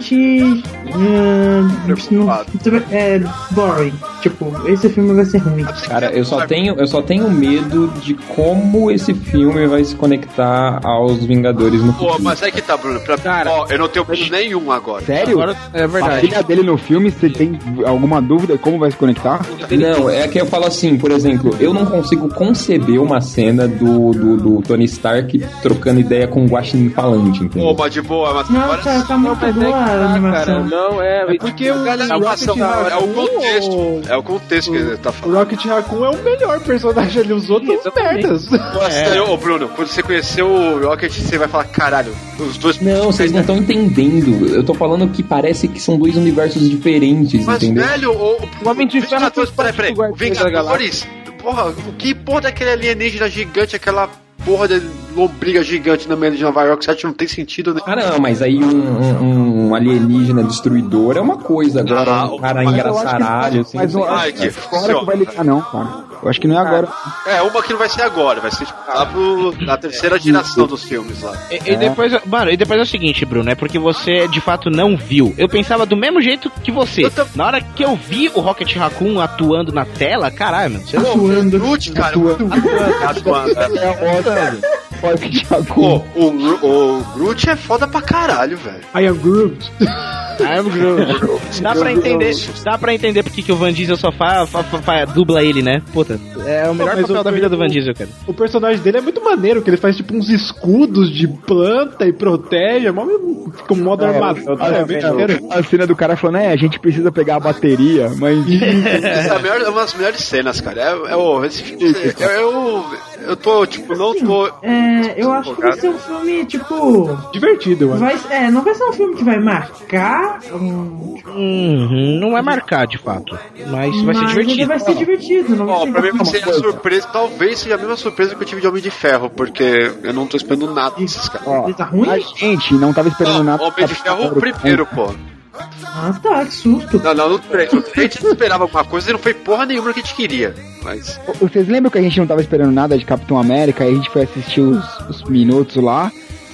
ah, não- é, boring. Tipo, esse filme vai ser ruim. Cara, eu só tenho, eu só tenho medo de como esse filme vai se conectar aos Vingadores no Pô, futuro. mas é que tá, Bruno. Pra, ó, eu não tenho medo nenhum agora. Sério? A filha dele no filme, você tem alguma dúvida como vai se conectar? Não, é que eu falo assim, por exemplo, eu não consigo conceber uma cena do, do, do Tony Stark trocando ideia com o Guaxinim falante, entendeu? Pô, mas de boa, mas Não, tá, tá muito é boa a animação. Não, é, porque o É, a animação, é o contexto. É o contexto que ele tá falando. O Rocket Raccoon é o melhor personagem ali, os outros são merdas. Nossa, ô Bruno, quando você conhecer o Rocket, você vai falar, caralho, os dois. Não, vocês não estão entendendo. Eu tô falando que parece que são dois universos diferentes, Mas, é entendeu? velho, o, o Homem de Ferro Vingadores, peraí, peraí, o Vingadores, porra, o que porra daquele alienígena gigante, aquela porra de lombriga gigante no meio de Nova York, você acha que não tem sentido, né? Ah, não, mas aí um, um- um alienígena destruidor é uma coisa, agora Ah, um mas cara eu acho que- engraçaralho, assim. um mas eu sei lá, acho cara. que agora que vai ligar, não, cara. Eu acho que não é agora. É, uma que não vai ser agora, vai ser tipo, lá pro, na terceira geração dos filmes lá. E, e depois, mano, e depois é o seguinte, Bruno, é porque você de fato não viu. Eu pensava do mesmo jeito que você. Na hora que eu vi o Rocket Raccoon atuando na tela, caralho, Tá mano, você não. Atuando, Tá cara. Atuando. É, Atuando. Pô, o, Gru- o Groot é foda pra caralho, velho. I am Groot. É, I am Groot. Dá pra entender, dá pra entender porque que o Van Diesel só fa, fa- fa- fa- dubla ele, né? Puta, é o melhor Mas papel o- da vida do Van Diesel, cara. O personagem dele é muito maneiro, que ele faz tipo uns escudos de planta e protege. É mó, fica um modo armadura. é bem maneiro. A cena do cara falando, é, a gente precisa pegar a bateria, mas. Essa é a melhor- é uma das melhores cenas, cara. É, é o- esse filme. Eu, eu, eu tô, tipo, não tô. É, eu acho que vai ser um filme, tipo. Divertido, mano. Vai, é, não vai ser um filme que vai marcar. Hum, Uhum, não vai marcar de fato, mas vai ser mas divertido. Ele vai ser divertido, não vai Ó, ser pra mim vai uma ser a coisa. surpresa, talvez seja a mesma surpresa que eu tive de Homem de Ferro, porque eu não tô esperando nada desses caras. Tá A gente não tava esperando nada. Homem de Ferro o primeiro, pô. Ah, tá, que susto. Não, não, no tre- no trailer a gente esperava alguma coisa e não foi porra nenhuma do que a gente queria. Mas. Vocês lembram que a gente não tava esperando nada de Capitão América e a gente foi assistir os, os minutos lá?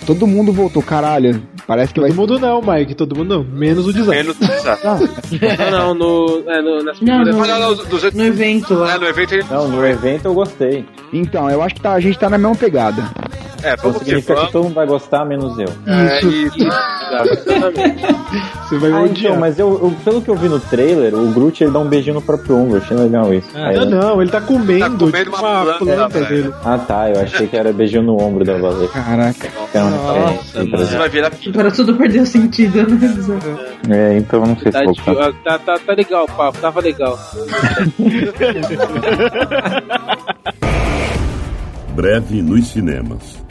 Todo mundo voltou, caralho. Parece que vai. Todo mundo não, Mike. Todo mundo não. Menos o design. Menos o design. Não, não, no. É, no nas Não, primeiras- não, não, No evento lá. É, no evento ele. Não, no evento eu gostei. Então, eu acho que tá- a gente tá na mesma pegada. É, Então vamos que significa que vamos. todo mundo vai gostar, menos eu. É, isso. Você vai ah, odiar. então, mas eu, eu- pelo que eu vi no trailer, o Groot ele dá um beijinho no próprio ombro, achei legal isso. É. Aí, Não, não, ele tá comendo, tipo, uma, planta, dele. Ah tá, eu achei que era beijinho no ombro da baleia. Caraca. Então, Nossa, vai virar Agora tudo perdeu sentido, né? é, então eu não sei se Tá, vou tipo, gostar. ah, tá, tá, tá legal o papo, tava legal. breve nos cinemas.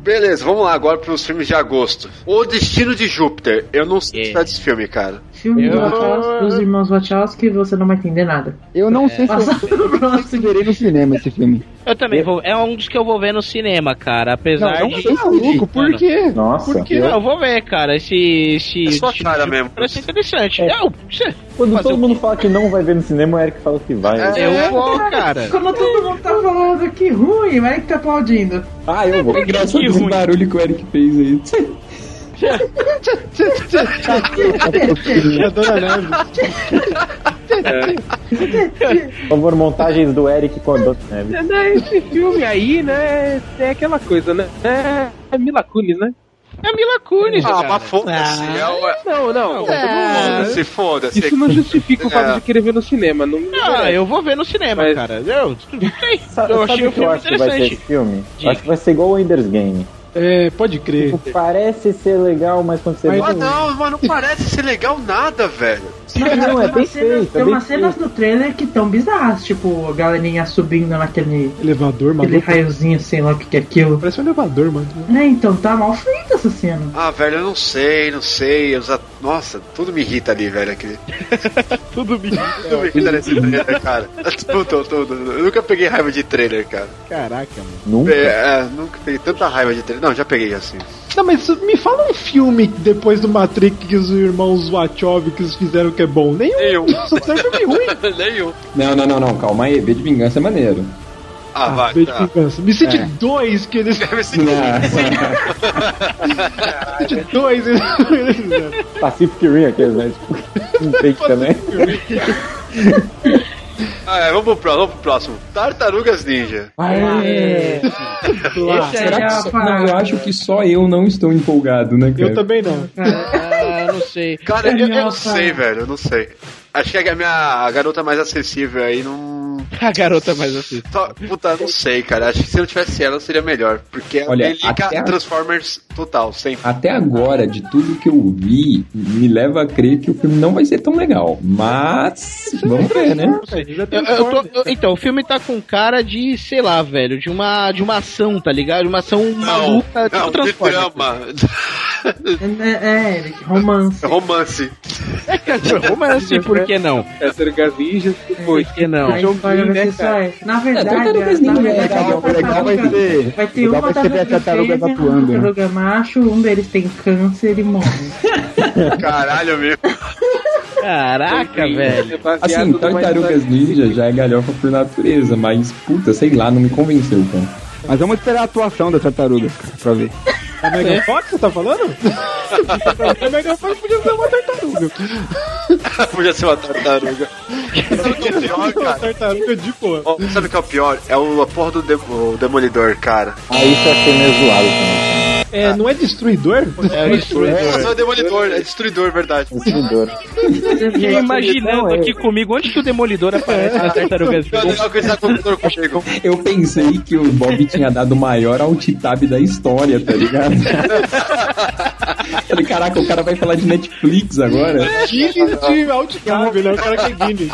Beleza, vamos lá agora para os filmes de agosto. O Destino de Júpiter. Eu não sei É. se tá desse filme, cara. Filme do Wachowski, dos irmãos Wachowski, você não vai entender nada. Eu não sei se Passa pro próximo. eu verei no cinema esse filme. Eu também vou. É um dos que eu vou ver no cinema, cara. Apesar Não, é um Tá de. filme maluco, por Mano, quê? Nossa, Porque eu- não, eu vou ver, cara. Esse. esse É sua esse- cara esse- mesmo. Parece interessante. É. Não, você- Quando fazer todo o mundo fala que não vai ver no cinema, o Eric fala que vai. É, eu vou, cara. Quando todo mundo tá falando que ruim, o Eric tá aplaudindo. Ah, eu vou. É engraçado Que esse ruim. barulho que o Eric fez aí. Por favor, montagens do é, Eric com a Dona Neves. Né, Esse filme aí, né? É aquela coisa, né? É, é Mila Kunis, né? É Mila Kunis, Ah, mas foda-se. é o- Não, não. Ah. Foda-se, foda-se. Isso não justifica o fato É. de querer ver no cinema. Não, é. Ah, eu vou ver no cinema, Mas- cara. Eu, Sabe, eu achei sabe o o que eu filme acho que vai ser esse interessante. filme? Eu acho que vai ser igual o Ender's Game. É, pode crer. Tipo, parece ser legal, mas quando você vê. Ah, não, mas não parece ser legal nada, velho. Não, é bem feito. Tem umas cenas no trailer que tão bizarras, tipo, a galerinha subindo naquele elevador, mano. Aquele raiozinho, sei lá o que que é aquilo. Parece um elevador, mano. Né, então tá mal feita essa cena. Ah, velho, eu não sei, não sei. Os at- Nossa, tudo me irrita ali, velho. Aquele... É. tudo me irrita. tudo me irrita nesse trailer, cara. Tudo, tudo. Eu nunca peguei raiva de trailer, cara. Caraca, mano. Nunca? É, é, nunca peguei tanta raiva de trailer. Não, já peguei assim. Não, mas me fala um filme depois do Matrix que os irmãos Wachowskis fizeram que é bom. Nenhum. Nenhum. Só tem filme ruim. Nenhum. Não, não, não, não, calma aí. B de vingança é maneiro. Ah, vai. Beijo tá. de vingança. Me sente É. dois que eles. Ah. Me É. sente dois. É, eles- Pacific Rim, aqueles, né? Tipo, um fake também. Ah, é, vamos pro próximo, vamos pro próximo. Tartarugas Ninja. Ah, será é que só- não, eu acho que só eu não estou empolgado, né, cara? não. Ah, eu não sei. Cara, eu, eu não sei, velho, eu não sei. Acho que a minha a garota mais acessível aí não. A garota mais acessível. puta, não sei, cara. Acho que se eu tivesse ela seria melhor. Porque ela Olha, liga até a- Transformers total, sempre. Até agora, de tudo que eu vi, me leva a crer que o filme não vai ser tão legal. Mas, vamos é, ver, né? Eu- eu tô- eu- então, o filme tá com cara de, sei lá, velho, de uma, de uma ação, tá ligado? De uma ação maluca, tipo não, de Transformers. drama. É, é, Eric, romance. Romance. É, cara, romance, por que não? É Tartarugas Ninja, por que não? A história vai ser só essa. Na verdade, É, Tartarugas na Ninja, verdade, cara, a o legal vai tartaruga- ser- vai ter legal uma vai ser ver a tartaruga tartaruga fêmea, atuando, uma né? tartaruga macho, um deles tem câncer e morre. Caralho, meu. Caraca, é velho. Assim, Tartarugas Ninja já é galhofa por natureza, mas, puta, sei lá, não me convenceu, cara. Mas vamos esperar a atuação da tartaruga, cara, pra ver. A Megan Fox, você tá falando? a Megan Fox podia ser uma tartaruga. Podia ser uma tartaruga. Sabe o que é pior, cara? Tartaruga de boa. Ó, sabe o que é o pior? É o a porra do Dem- o Demolidor, cara. Ah, isso é ser meio zoado também. É, não é destruidor? É Não, é Demolidor, é Destruidor, verdade. Destruidor. Fiquei imaginando Não, é- aqui comigo onde que o Demolidor É. aparece na Tartarugas Ninja. Eu pensei que o Bob tinha dado o maior alt-tab da história, tá ligado? Falei, caraca, o cara vai falar de Netflix agora? É, Guinness de Outcab, ele é o cara que é Guinness.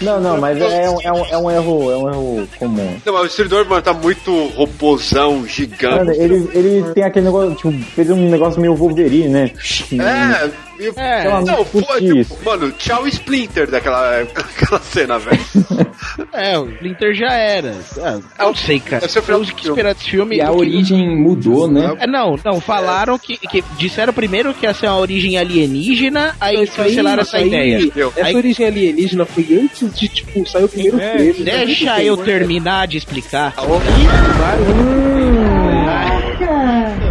Não, não, mas é um, é um, é um erro, é um erro comum. Não, mas o Destruidor, mano, tá muito robozão, gigante. Cara, ele, ele tem aquele negócio, tipo, fez um negócio meio Wolverine, né? É, meio- Ela não não, foi, curte tipo, isso. mano, tchau Splinter daquela aquela cena, velho. É, o Splinter já era. Ah, não sei, cara. Deve ser é o final Eu do que esperar desse filme. E a do que- origem mudou, né? É, não, não, falaram que, que- Disseram primeiro que ia ser uma origem alienígena, aí Isso aí, cancelaram essa isso aí, é ideia. Essa Aí- origem alienígena foi antes de, tipo, sair o primeiro né? É, filme. deixa eu terminar de explicar. Tá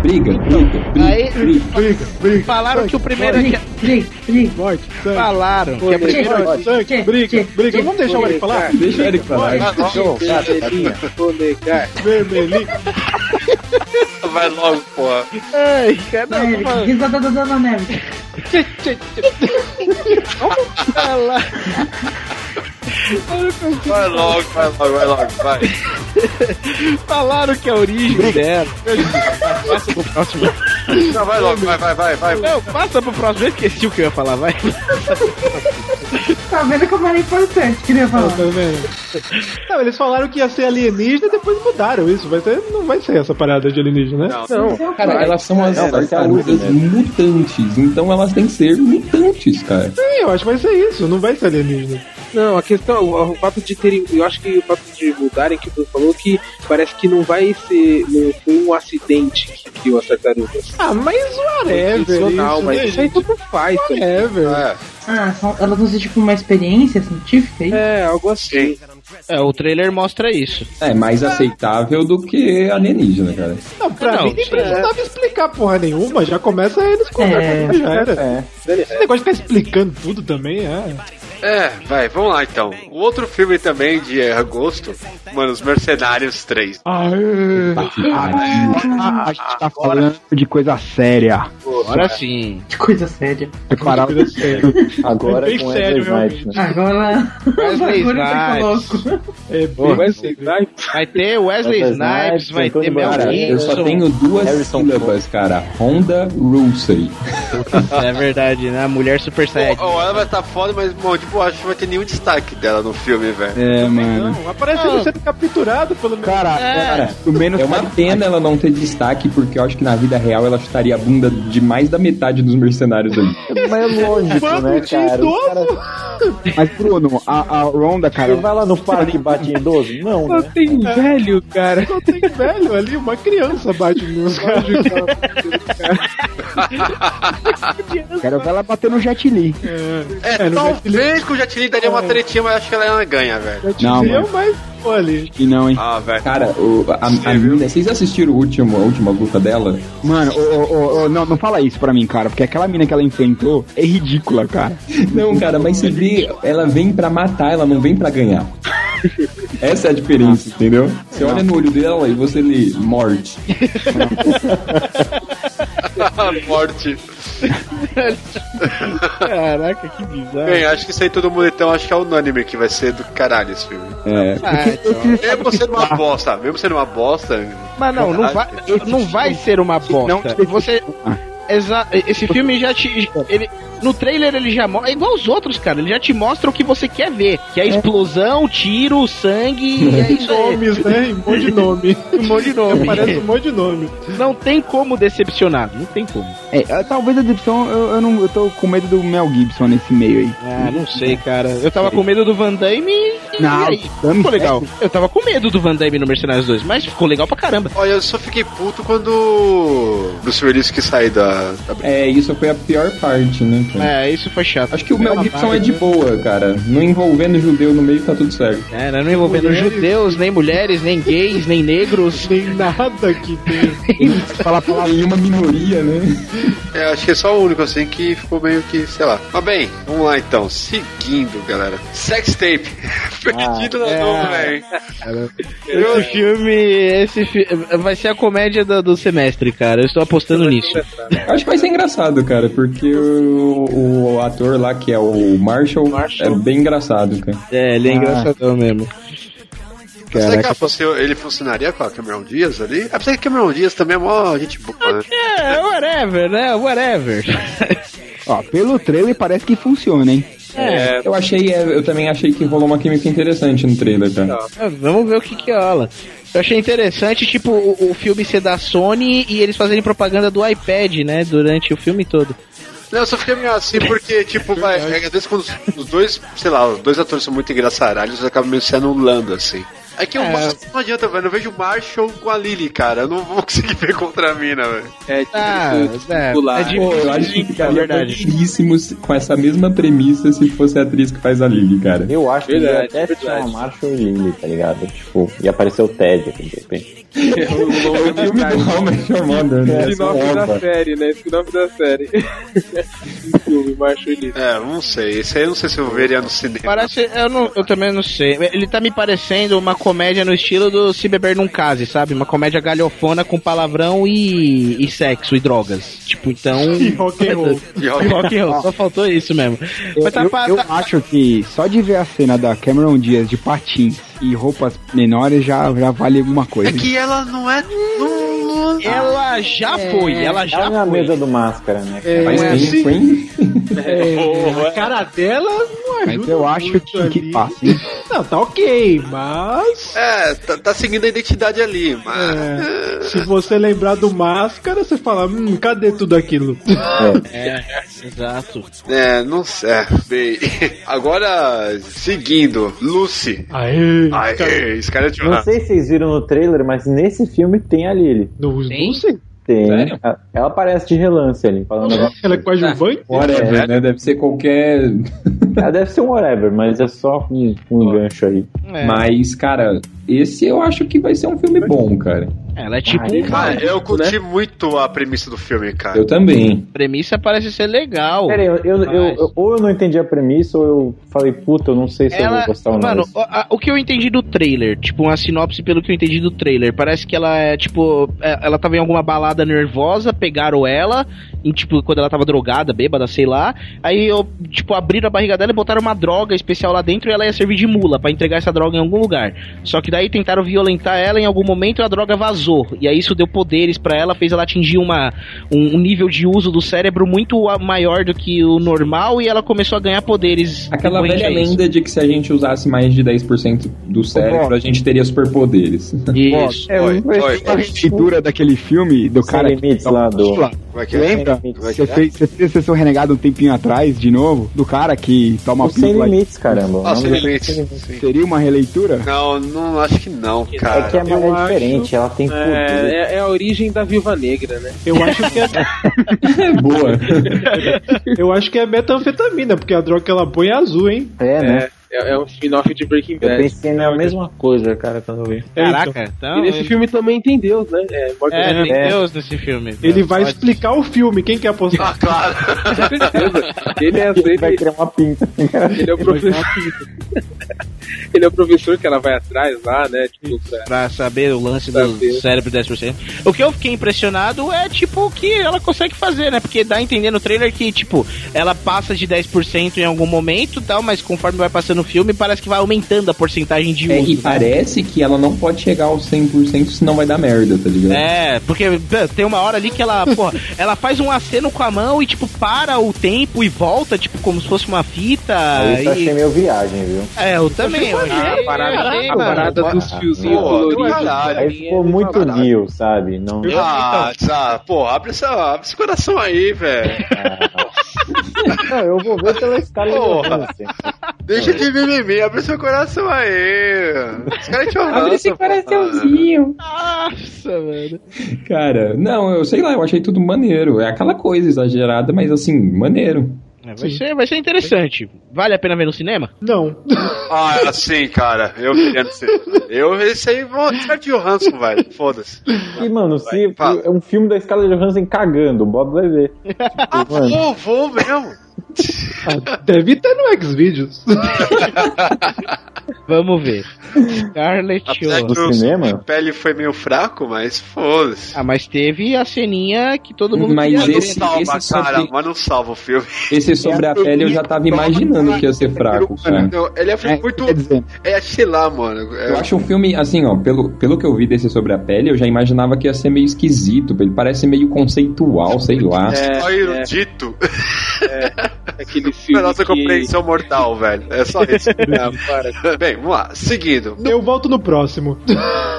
Briga, briga, Aí, falaram que o primeiro. Briga, briga, briga. Morte, sangue. Falaram que é Briga, a primeira. morte, sangue, briga, briga. Vamos deixar é o Eric falar? Deixa o Eric falar. Show, Vermelhinha, vou negar. Vermelhinho. Vai logo, porra. Ai, cara, não, Eric, mano. risada da Dona Neves. Vai logo, vai logo, vai logo, vai. Falaram é que a origem dela. Passa pro próximo. Não, vai logo, vai, vai, vai, vai. Não, passa pro próximo. Eu esqueci o que eu ia falar, vai. Tá vendo como era importante, queria falar. Eu também. Não, eles falaram que ia ser alienígena e depois mudaram isso. Vai ser, não vai ser essa parada de alienígena, né? cara, elas são as Não, vai ser a luz, tartarugas é. né? mutantes, então elas têm que ser mutantes, cara. Sim, eu acho que vai ser isso. Não vai ser alienígena. né? Não, a questão, o, o fato de terem. Eu acho que o fato de mudarem que você falou que parece que não vai ser. Não foi um acidente que criou as tartarugas. Ah, mas whatever. Intencional, isso, mas né, isso aí gente? tudo faz. Whatever. Ah, são- elas vão ser tipo uma experiência científica? É, algo assim. É, o trailer mostra isso. É mais aceitável do que alienígena, cara. Não, pra Não, é. mim nem sim. precisava explicar porra nenhuma. Já começa eles conversando. É. já era. É. Esse negócio de ficar explicando tudo também, é. É, vai, vamos lá então. O outro filme também de eh, agosto, mano, Os Mercenários 3. A gente tá falando de coisa séria. Agora sim. Que coisa séria. Preparar o Agora Bem com o sério, Wesley Snipes, né? Agora. Wesley Snipes. É, bem- Wesley Snipes. Vai ter Wesley Snipes, vai ter Mel Cara, eu só Gibson. tenho duas sílabas, cara. Honda Rousey. É verdade, né? A mulher super Ó, saiyajin. ó, ela vai estar tá foda, mas bom, tipo, acho que vai ter nenhum destaque dela no filme, velho. É, mano. Aparece ele sendo capturado pelo É. Cara, Cara, o menos é uma pena ela não ter destaque, porque eu acho que na vida real ela chutaria a bunda de mais da metade dos mercenários ali. Mas é lógico, né, cara? Os caras- Mas, Bruno, a, a Ronda, cara. Você vai lá no tá parque e bate em idoso? Não, Só né? tem velho, cara. É. Só tem velho ali, uma criança bate nos caras. Quero ver ela bater no Jet Li. É, talvez que o Jet Li daria uma tretinha, mas acho que ela não ganha, velho. Não, mano. mas pô, ali. E não, hein? Ah, velho. Cara, o- a, a mina, vocês assistiram o último, a última luta dela? Mano, ô, ô, ô, ô, não, não fala isso pra mim, cara, porque aquela mina que ela enfrentou é ridícula, cara. Não, cara, mas você vê, ela vem pra matar, ela não vem pra ganhar. Essa é a diferença, entendeu? Você olha no olho dela e você lê morte. Morte. Caraca, que bizarro. Bem, acho que isso aí todo mundo então acho que é unânime que vai ser do caralho esse filme. É. Mesmo sendo uma bosta, mesmo sendo uma bosta. Mas não, não vai, Ah, não vai ser uma bosta. Você. Exa esse filme já te. Ele, no trailer ele já mostra. É igual os outros, cara. Ele já te mostra o que você quer ver. Que é explosão, tiro, sangue. E é isso aí. Nomes, né? Um monte de nome. Um monte de nome. Parece um monte de nome. Não tem como decepcionar. Não tem como. É, é, talvez a decepção, eu, eu não, eu tô com medo do Mel Gibson nesse meio aí. Ah, não sei, cara. Eu tava com medo do Van Damme e. Não, e aí? Van Ficou legal. Damme. Eu tava com medo do Van Damme no Mercenários 2, mas ficou legal pra caramba. Olha, eu só fiquei puto quando. Bruce Willis que sai da. da... É, isso foi a pior parte, né? cara? É, isso foi chato. Acho que o Mel Gibson é de boa, cara. Não envolvendo judeu no meio tá tudo certo. É, não envolvendo Mulheres. judeus, nem mulheres, nem gays, nem negros. Nem nada que Fala pra uma minoria, né? É, acho que é só o único assim que ficou meio que, sei lá. Mas bem, vamos lá então. Seguindo, galera. Sex tape. Perdido Ah, na é. mão, velho. Esse filme, esse fi- vai ser a comédia do, do semestre, cara. Eu estou apostando nisso. Acho que vai ser engraçado, cara, porque o, o ator lá, que é o Marshall, é bem engraçado, cara. É, ele é Ah. engraçadão mesmo. Será que Caraca. ela fosse- ele funcionaria com a Cameron Diaz ali? Apesar que Cameron Diaz também é mó gente boa, né? É, whatever, né? Whatever. Ó, pelo trailer parece que funciona, hein? É, eu achei, é, eu também achei que rolou uma química interessante no trailer, cara. É, Vamos ver o que que rola. Eu achei interessante, tipo, o, o filme ser da Sony e eles fazerem propaganda do iPad, né? Durante o filme todo. Não, eu só fiquei meio assim porque, tipo, vai, é, às vezes quando os, os dois, sei lá, os dois atores são muito engraçaralhos, eles acabam meio se anulando, assim. É que o É. Marshall não adianta, velho. Eu vejo o Marshall com a Lily, cara. Eu não vou conseguir ver contra a mina, velho. É, Ah, tipo, é, é Pô, eu acho que difícil, na ficaria verdade. maneiríssimo se- com essa mesma premissa se fosse a atriz que faz a Lily, cara. Eu acho que Verdade, ele até se verdade. chama Marshall Lily, um tá ligado? Tipo, e apareceu o Ted aqui de repente. o filme do How I Met Your Mother, né? Spin-off da série, né? Spin-off da série. O filme, Macho Elite. É, eu não sei. Esse aí eu não sei se eu veria no cinema. Parece, eu, não, eu também não sei. Ele tá me parecendo uma comédia no estilo do Se Beber Num Case, sabe? Uma comédia galhofona com palavrão e, e sexo e drogas. Tipo, então. E rock and roll. E rock and roll. Só faltou isso mesmo. Eu, Mas tá, eu- pa- eu tá- acho que só de ver a cena da Cameron Diaz de patins e roupas menores já, já vale uma coisa. É que ela não é. não- Ela já foi, ela já Ela é a mesa do máscara, né? É, Faz é tempo, assim. hein? É, a cara dela não ajuda. Mas eu acho muito que, que ali. passa, hein? Não, tá ok, mas. É, tá, tá seguindo a identidade ali, mas. é, se você lembrar do máscara, você fala, hum, cadê tudo aquilo? É, exato. É, não sei. é, Bem, agora, seguindo, Lucy. Aê! Aê, é Scarlett Não Johansson. sei se vocês viram no trailer, mas nesse filme tem a Lily. No, Não sei. Tem. Sério? Ela- Ela aparece de relance ali, falando agora. Ela é coadjuvante? Whatever, né? Deve ser qualquer. Ela deve ser um whatever, mas é só um, um gancho aí. É. Mas, cara, esse eu acho que vai ser um filme bom, cara. Ela é tipo. um Cara, maluco, eu curti né? muito a premissa do filme, cara. Eu também. A premissa parece ser legal. Pera aí, eu, eu- eu- eu- ou eu não entendi a premissa, ou eu falei, puta, eu não sei se eu Ela, vou gostar ou não. mano, o, a- o que eu entendi do trailer, tipo, uma sinopse pelo que eu entendi do trailer, parece que ela é, tipo, é, ela tava em alguma balada nervosa, pegaram ela, em, tipo, quando ela tava drogada, bêbada, sei lá, aí, eu, tipo, abriram a barriga dela e botaram uma droga especial lá dentro e ela ia servir de mula pra entregar essa droga em algum lugar. Só que daí tentaram violentar ela em algum momento e a droga vazou. E aí isso deu poderes pra ela, fez ela atingir uma, um um nível de uso do cérebro muito a- maior do que o normal e ela começou a ganhar poderes. Aquela decorrente velha a é isso. lenda de que se a gente usasse mais de 10% do cérebro, a gente teria superpoderes. Ó, é, um- a rendidura daquele filme do Sem cara. que- tá limites lá do- Como é que é? Lembra? Sem limites. Você fez, você fez sessão renegada um tempinho atrás, de novo, do cara que toma O Sem pílula- Limites, caramba. Ah, Não, Sem mas- Limites, sim. Seria uma releitura? Não, não acho que não, cara. É que a mulher Eu é diferente, ela tem né? poder. É, é a origem da Viúva Negra, né? Eu acho que é. Boa. Eu acho que é metanfetamina, porque a droga que ela põe é azul, hein? É, né? É, é um spin-off de Breaking Eu Bad. pensei na mesma coisa, cara, quando eu vi. É, Caraca, então. e nesse ele- filme também tem Deus, é né? É, Morgan É, tem Freeman. Deus nesse filme. Ele vai Pode- explicar o filme, quem quer apostar? claro. Ele é ele, Vai criar uma pinta. ele é o professor. ele é o professor que ela vai atrás lá, né? Tipo, pra... Pra saber o lance Saber. do cérebro 10%. O que eu fiquei impressionado é, tipo, o que ela consegue fazer, né? Porque dá a entender no trailer que, tipo, ela passa de 10% em algum momento e tal, mas conforme vai passando o filme, parece que vai aumentando a porcentagem de É, uso. né? e parece que ela não pode chegar aos 100%, senão vai dar merda, tá ligado? É, porque pô, tem uma hora ali que ela, porra, ela faz um aceno com a mão e, tipo, para o tempo e volta, tipo, como se fosse uma fita. Isso eu tá e- achei meio viagem, viu? É, eu também. Eu achei, A parada, eu achei, a É, mano. parada dos fiozinhos Pô, coloridos. caralho. pra Aí mim, ficou é muito parada. new, sabe? Não. Ah, tá. Pô, abre, essa, abre esse coração aí, velho. Não, eu vou ver pela escala Porra. de Deixa de mimimi, abre seu coração aí. Os caras te honram. Abre esse coraçãozinho. Ah, Nossa, mano. Cara, não, eu sei lá, eu achei tudo maneiro. É aquela coisa exagerada, mas assim, maneiro. É, vai, ser, vai ser interessante. Vale a pena ver no cinema? Não. Ah, assim, cara. Eu queria dizer. Eu esse aí vou tirar de Johansson, velho. Foda-se. E, mano, se é um filme da escala de Johansson cagando, o Bob vai ver. Ah, mano. vou, vou mesmo. Deve estar no Xvideos. Vamos ver. Scarlett Apesar que Johansson. o cinema? pele foi meio fraco, mas foda-se. Ah, mas teve a ceninha que todo mundo Mas queria ver. esse- Salva, esse só cara, tem- mas não salva o filme. Esse sobre a pele eu já tava imaginando que ia ser fraco, cara. Não, ele é, muito. É, sei lá, mano. É- Eu acho um filme, assim, ó, pelo, pelo que eu vi desse sobre a pele, eu já imaginava que ia ser meio esquisito. Ele parece meio conceitual, sei lá. só É, erudito. Aquele É, filme. nossa que- compreensão mortal, velho. É só isso. Não, para. Bem, vamos lá. Seguindo. Eu volto no próximo.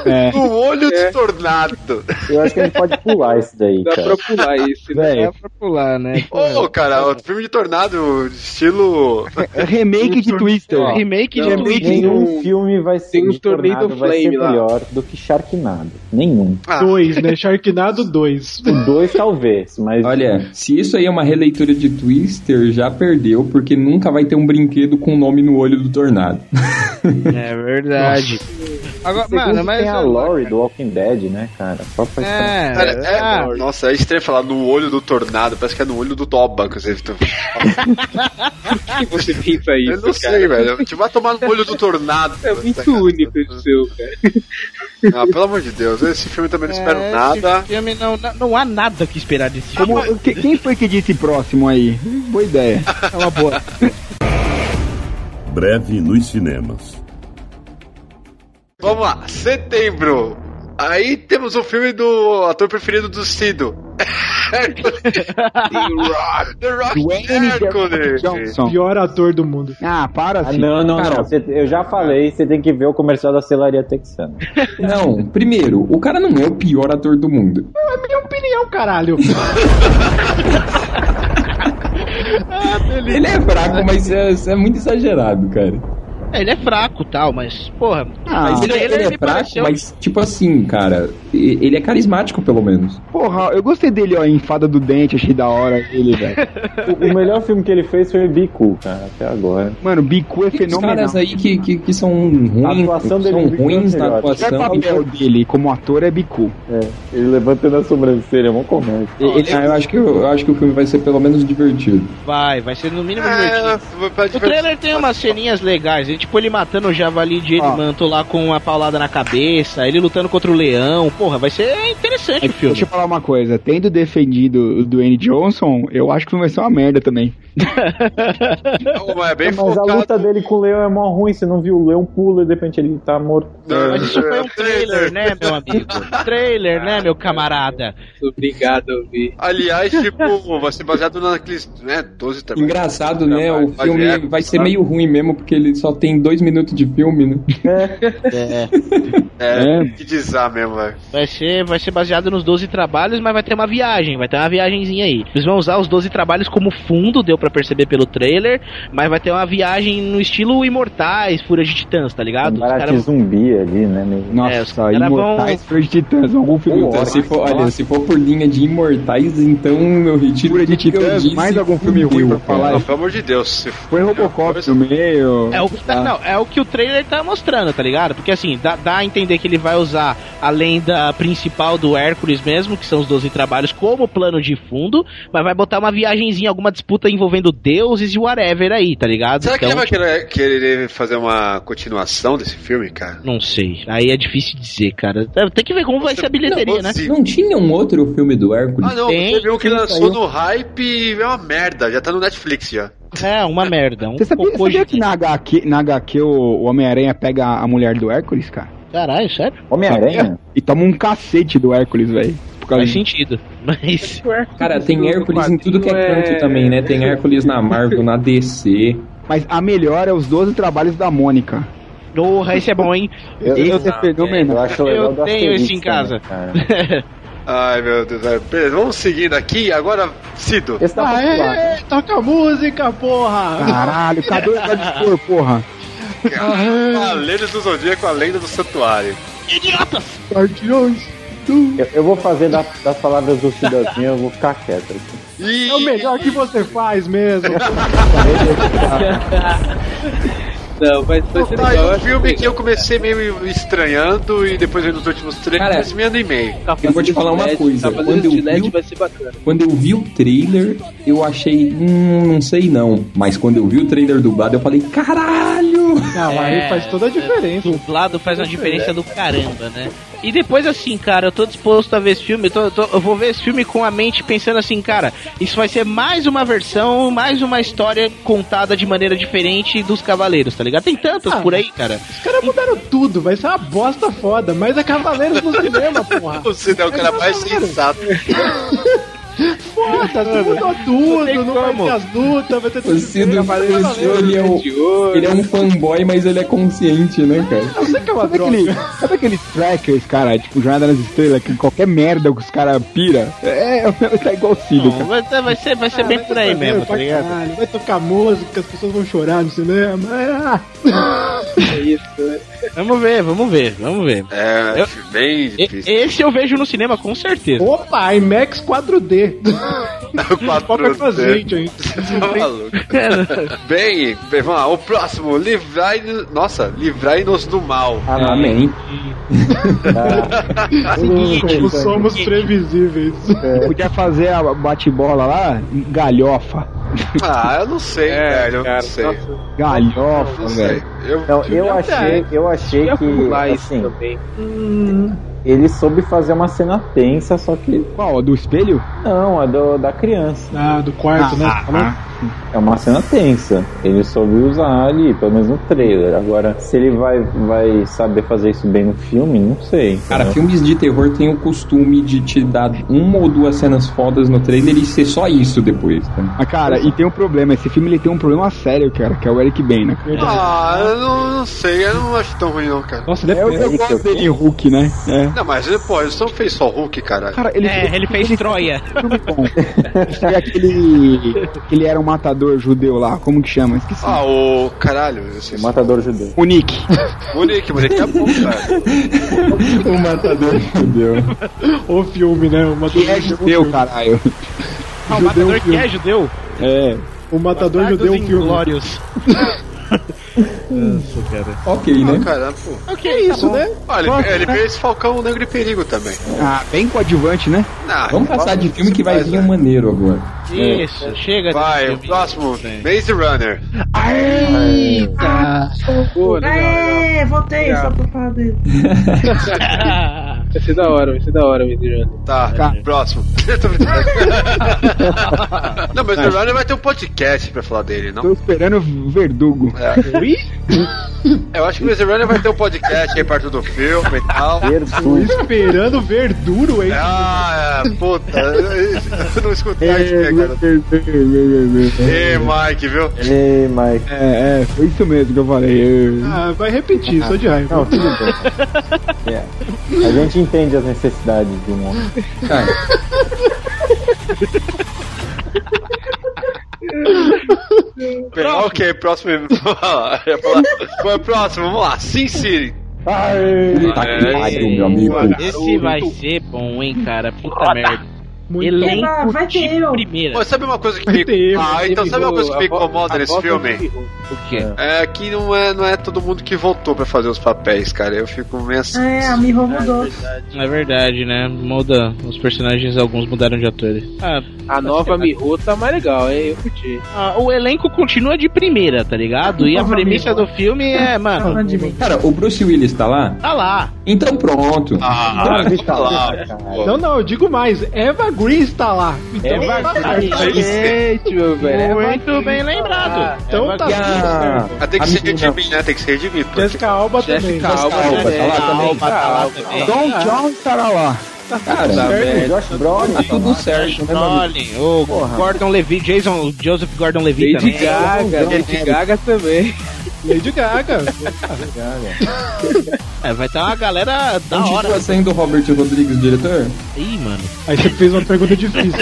É. No olho de tornado. Eu É. acho que a gente pode pular esse daí, Dá cara. pra pular esse, né? Véi, Dá pra pular, né? Pô, Ô, cara, o filme de tornado, estilo. É Remake de Twister. ó. remake de Não, Twitch. Nenhum filme vai ser, Tem uns de Tornado Tornado vai ser Flame lá. melhor do que Sharknado. Nenhum. Ah, Dois, né? Sharknado 2. O dois talvez, mas Olha, se isso aí é uma releitura de Twister, já perdeu, porque nunca vai ter um brinquedo com o nome no olho do tornado. É verdade. Agora, Segundo mano, mas. tem a Lori do Walking Dead, né, cara? Só pra É, cara, é- ah, nossa, é estranho falar no olho do tornado, parece que é no olho do Toba que você tá- Por que você pensa isso? Eu não sei, velho. A gente vai tomar no olho do tornado. tá É muito único o seu, cara. Ah, pelo amor de Deus, esse filme também não espero é, nada. Esse filme não, não há nada que esperar desse filme. Ah, Como, que- quem foi que disse próximo aí? Hum, Boa ideia. É uma boa. Breve nos cinemas. Vamos lá, setembro. Aí temos o filme do ator preferido do Cido. The Rock Dwayne The Rock Johnson. Pior ator do mundo. Ah, para, Ah, não, não, não. Cê- eu já falei, você tem que ver o comercial da celaria texana. Não, primeiro, o cara não é o pior ator do mundo. É minha opinião, caralho. Ele é fraco, mas é, é muito exagerado, cara. É, ele é fraco tal, mas, porra. mas ele, é- ele é fraco, mas tipo assim, cara, e- ele é carismático pelo menos. Porra, eu gostei dele, ó, em Fada do Dente, achei da hora ele, velho. O, o melhor filme que ele fez foi Bicu, cara, até agora. Mano, Bicu é fenomenal. caras aí que, que, que são ruins, A atuação que dele são é muito ruins na melhor. atuação. é O papel dele como ator é Bicu. É, ele levantando a sobrancelha, vamos comer. Ele- ah, eu, acho que, eu acho que o filme vai ser pelo menos divertido. Vai, vai ser no mínimo É, divertido. vai- vai O divertir. trailer tem umas ceninhas legais, ele, tipo ele matando o javali de ele manto lá com uma paulada na cabeça, ele lutando contra o leão, porra, vai ser interessante o filme. Deixa eu falar uma coisa, tendo defendido o Dwayne Johnson, eu acho que o filme vai ser uma merda também. Não, mas é bem Mas a luta dele com o leão é mó ruim, você não viu? O leão pula e de repente ele tá morto. É, Mas isso foi um trailer, né, meu amigo? trailer, Ah, né, meu camarada? Obrigado, Vi. Aliás, tipo, vai ser baseado naqueles, né, 12 também. Engraçado, né? O Mas é, filme vai ser claro. meio ruim mesmo, porque ele só tem dois minutos de filme, né? É. É, tem que dizar mesmo, é. velho. Vai ser, vai ser baseado nos 12 trabalhos, mas vai ter uma viagem, vai ter uma viagemzinha aí. Eles vão usar os 12 trabalhos como fundo, deu pra perceber pelo trailer, mas vai ter uma viagem no estilo Imortais, Fúria de Titãs, tá ligado? Os Parate caras- zumbi ali, né? meio- Nossa, caras vão- Imortais tá Fúria de Titãs, algum filme Puta, se for, olha, se for por linha de imortais, então eu retiro Fúria de tudo que eu Titãs, disse, mais algum filme ruim fudeu, pra cara. falar? Pelo amor de Deus. Se... Foi Robocop no meio. É o, que tá- não, é o que o trailer tá mostrando, tá ligado? Porque assim, dá, dá a entender que ele vai usar a lenda principal do Hércules mesmo, que são os 12 trabalhos, como plano de fundo, mas vai botar uma viagenzinha, alguma disputa envolvendo deuses e whatever aí, tá ligado? Será que ele Então, vai querer, querer fazer uma continuação desse filme, cara? Não sei. Aí é difícil dizer, cara. Tem que ver como vai ser a bilheteria, né? Não tinha um outro filme do Hércules? Ah, não, Tem, você viu que sim, lançou saiu. no hype e é uma merda, já tá no Netflix já. É, uma merda. Um Você sabia, cocô sabia de... que na HQ, na HQ o, o Homem-Aranha pega a mulher do Hércules, cara? Caralho, sério? Sabia? E toma um cacete do Hércules, velho. Por causa Faz disso. sentido. Mas. Cara, tem Hércules em tudo que é quadrinho canto é- também, né? Tem Hércules na Marvel, na DC. Mas a melhor é os 12 trabalhos da Mônica. Porra, esse é bom, hein? esse é fenomenal. Eu tenho esse em né, casa. Ai, meu Deus, velho. Beleza, vamos seguindo aqui. Agora, Cido. Aê, toca a música, porra! Caralho, cadê o Gladiador, porra? A lenda do Zodíaco, a lenda do Santuário. Idiotas! Guardiões. Eu, eu vou fazer da- das palavras do Cidazinho, eu vou ficar quieto. aqui. É o melhor que você faz mesmo. Não, mas vai ser Ah, legal. é um filme que eu comecei meio estranhando e depois vendo os últimos Cara, três me ando e meio. Eu vou te falar uma coisa. Tá fazendo Quando eu, vi, Gillette, o- vai ser bacana. quando eu vi o trailer, eu achei. Hum, não sei não. Mas quando eu vi o trailer dublado, eu falei, caralho! Não, aí faz toda a diferença. é, Dublado faz uma diferença do caramba, né? E depois, assim, cara, eu tô disposto a ver esse filme. Eu, tô- eu tô- eu vou ver esse filme com a mente pensando assim, cara, isso vai ser mais uma versão, mais uma história contada de maneira diferente dos Cavaleieiros, tá ligado? Tem tantas Ah, por aí, cara. Os caras mudaram tudo, vai ser uma bosta foda, mas é Cavaleiros no cinema, porra. O Cido é o cara mais sensato. Foda-se, mudou tudo, não, vai ter as lutas, vai ter O tudo. Cido, Cavaleiros o no Cido, ele, é um, ele é um fanboy, mas ele é consciente, né, cara? Eu sei que é uma Sabe, droga. aquele, sabe aqueles trackers, cara? Tipo, Jornada nas Estrelas, que qualquer merda que os caras pira. É, tá igual o Cílio, Não, cara. Então, vai, ser- vai ser, vai ser bem por aí mesmo, tá Vai, ligado? caralho, vai tocar música, as pessoas vão chorar no cinema. Ah. É isso, né? Vamos ver, vamos ver, vamos ver. É, bem difícil. Esse eu vejo no cinema com certeza. Opa, IMAX 4D. Foca com a 4D. gente aí. Tá maluco. bem, bem, vamos lá. O próximo, livrai Nossa, livrai-nos do mal. Amém. É Não somos previsíveis. Podia fazer a bate-bola lá, galhofa. Ah, eu não sei, É, velho. Eu não sei. Galhofa, Não sei. velho. Eu, Não, eu achei, eu achei que Vai isso assim, também. Ele soube fazer uma cena tensa, só que. Qual? A do espelho? Não, a do, da criança. Ah, do quarto, né? Falou? ah. É uma cena tensa. Ele soube usar ali, pelo menos no trailer. Agora, se ele vai, vai saber fazer isso bem no filme, não sei. Cara, entendeu? filmes de terror têm o costume de te dar uma ou duas cenas fodas no trailer e ser só isso depois. Tá? Ah, cara, e tem um problema. Esse filme ele tem um problema sério, cara, que é o Eric Bana. Ah, eu não, não sei, eu não acho tão ruim não, cara. Nossa, ele é eu, eu gosto dele em Hulk, né? É. Não, mas ele, pô, ele só fez só Hulk, caralho. Cara, ele- É, ele fez Troia. E é aquele. Ele era um matador judeu lá, como que chama? Esqueci. Ah, o caralho. Esse... Matador judeu. O Nick. O Nick, mas ele tá bom, cara. o matador judeu. o filme, né? O matador Que é judeu, caralho. Ah, o matador que é judeu. É. O matador judeu filme. Glórios. Ok, Ah, né? cara, pô. Ok, é isso, né? Ah, ele, ele fez Falcão Negro e Perigo também. Ah, bem coadjuvante, né? Não, Vamos passar de filme que vai vir né? um maneiro agora. Isso, chega Vai, desse o filme. próximo, Maze Runner. Eita! É, voltei, só pra falar dele. Vai ser da hora, vai ser da hora, Midirano. Tá, próximo. Tô brincando. não, Maze Runner vai ter um podcast pra falar dele, não? Tô esperando o verdugo. É. Eu acho que o Maze Runner vai ter um podcast aí perto do filme e tal. Esperando ver duro, hein? Ah, puta, eu eu não escutei É, isso, né, cara. Ei, Mike, viu? Ei, Mike. É, é, foi isso mesmo que eu É. falei. Ah, vai repetir, só de raiva. Não, tudo bem. É. A gente entende as necessidades do mundo. Pera- Ok, próximo. Eu ia falar. Foi o próximo, vamos lá. Sin City. Puta Tá que pariu, meu amigo. Esse vai ser bom, hein, cara? Puta merda. Elenco Eba, vai ter de eu. primeira. Pô, sabe uma coisa que me... Ah, então sabe uma coisa que me incomoda nesse filme? O quê? É que não é, não é todo mundo que voltou pra fazer os papéis, cara. Eu fico meio assim. É, a Miho mudou. É verdade, né? Muda. Os personagens, alguns mudaram de atores. Ah, A nova Miho tá mais legal, hein? Eu curti. ah, o elenco continua de primeira, tá ligado? E a Nova premissa Miho. do filme é, mano. Cara, o Bruce Willis tá lá? Tá lá. Então pronto. Ah, Então, tá lá. Não, Então não, eu digo mais. Eva Green está lá. Então Eva vai dar Green. Gente, meu velho. é Muito bem lembrado. Então tá e a- Ah, tem que a ser de menina- mim, né? Tem que ser de mim. porque- Jessica Alba também. Jessica Alba tá lá também. Tom Jones estará lá. Ah, Cara, Certo, Josh Brolin. tá tudo certo, né, meu amigo? Olhem, o Gordon Levy, Jason, o Joseph Gordon Levy Lady também. Gaga, Lady Gaga também. Lady Gaga. É, vai ter uma galera da Onde hora. tá saindo o Robert Rodrigues, diretor? Ih, mano. Aí você fez uma pergunta difícil.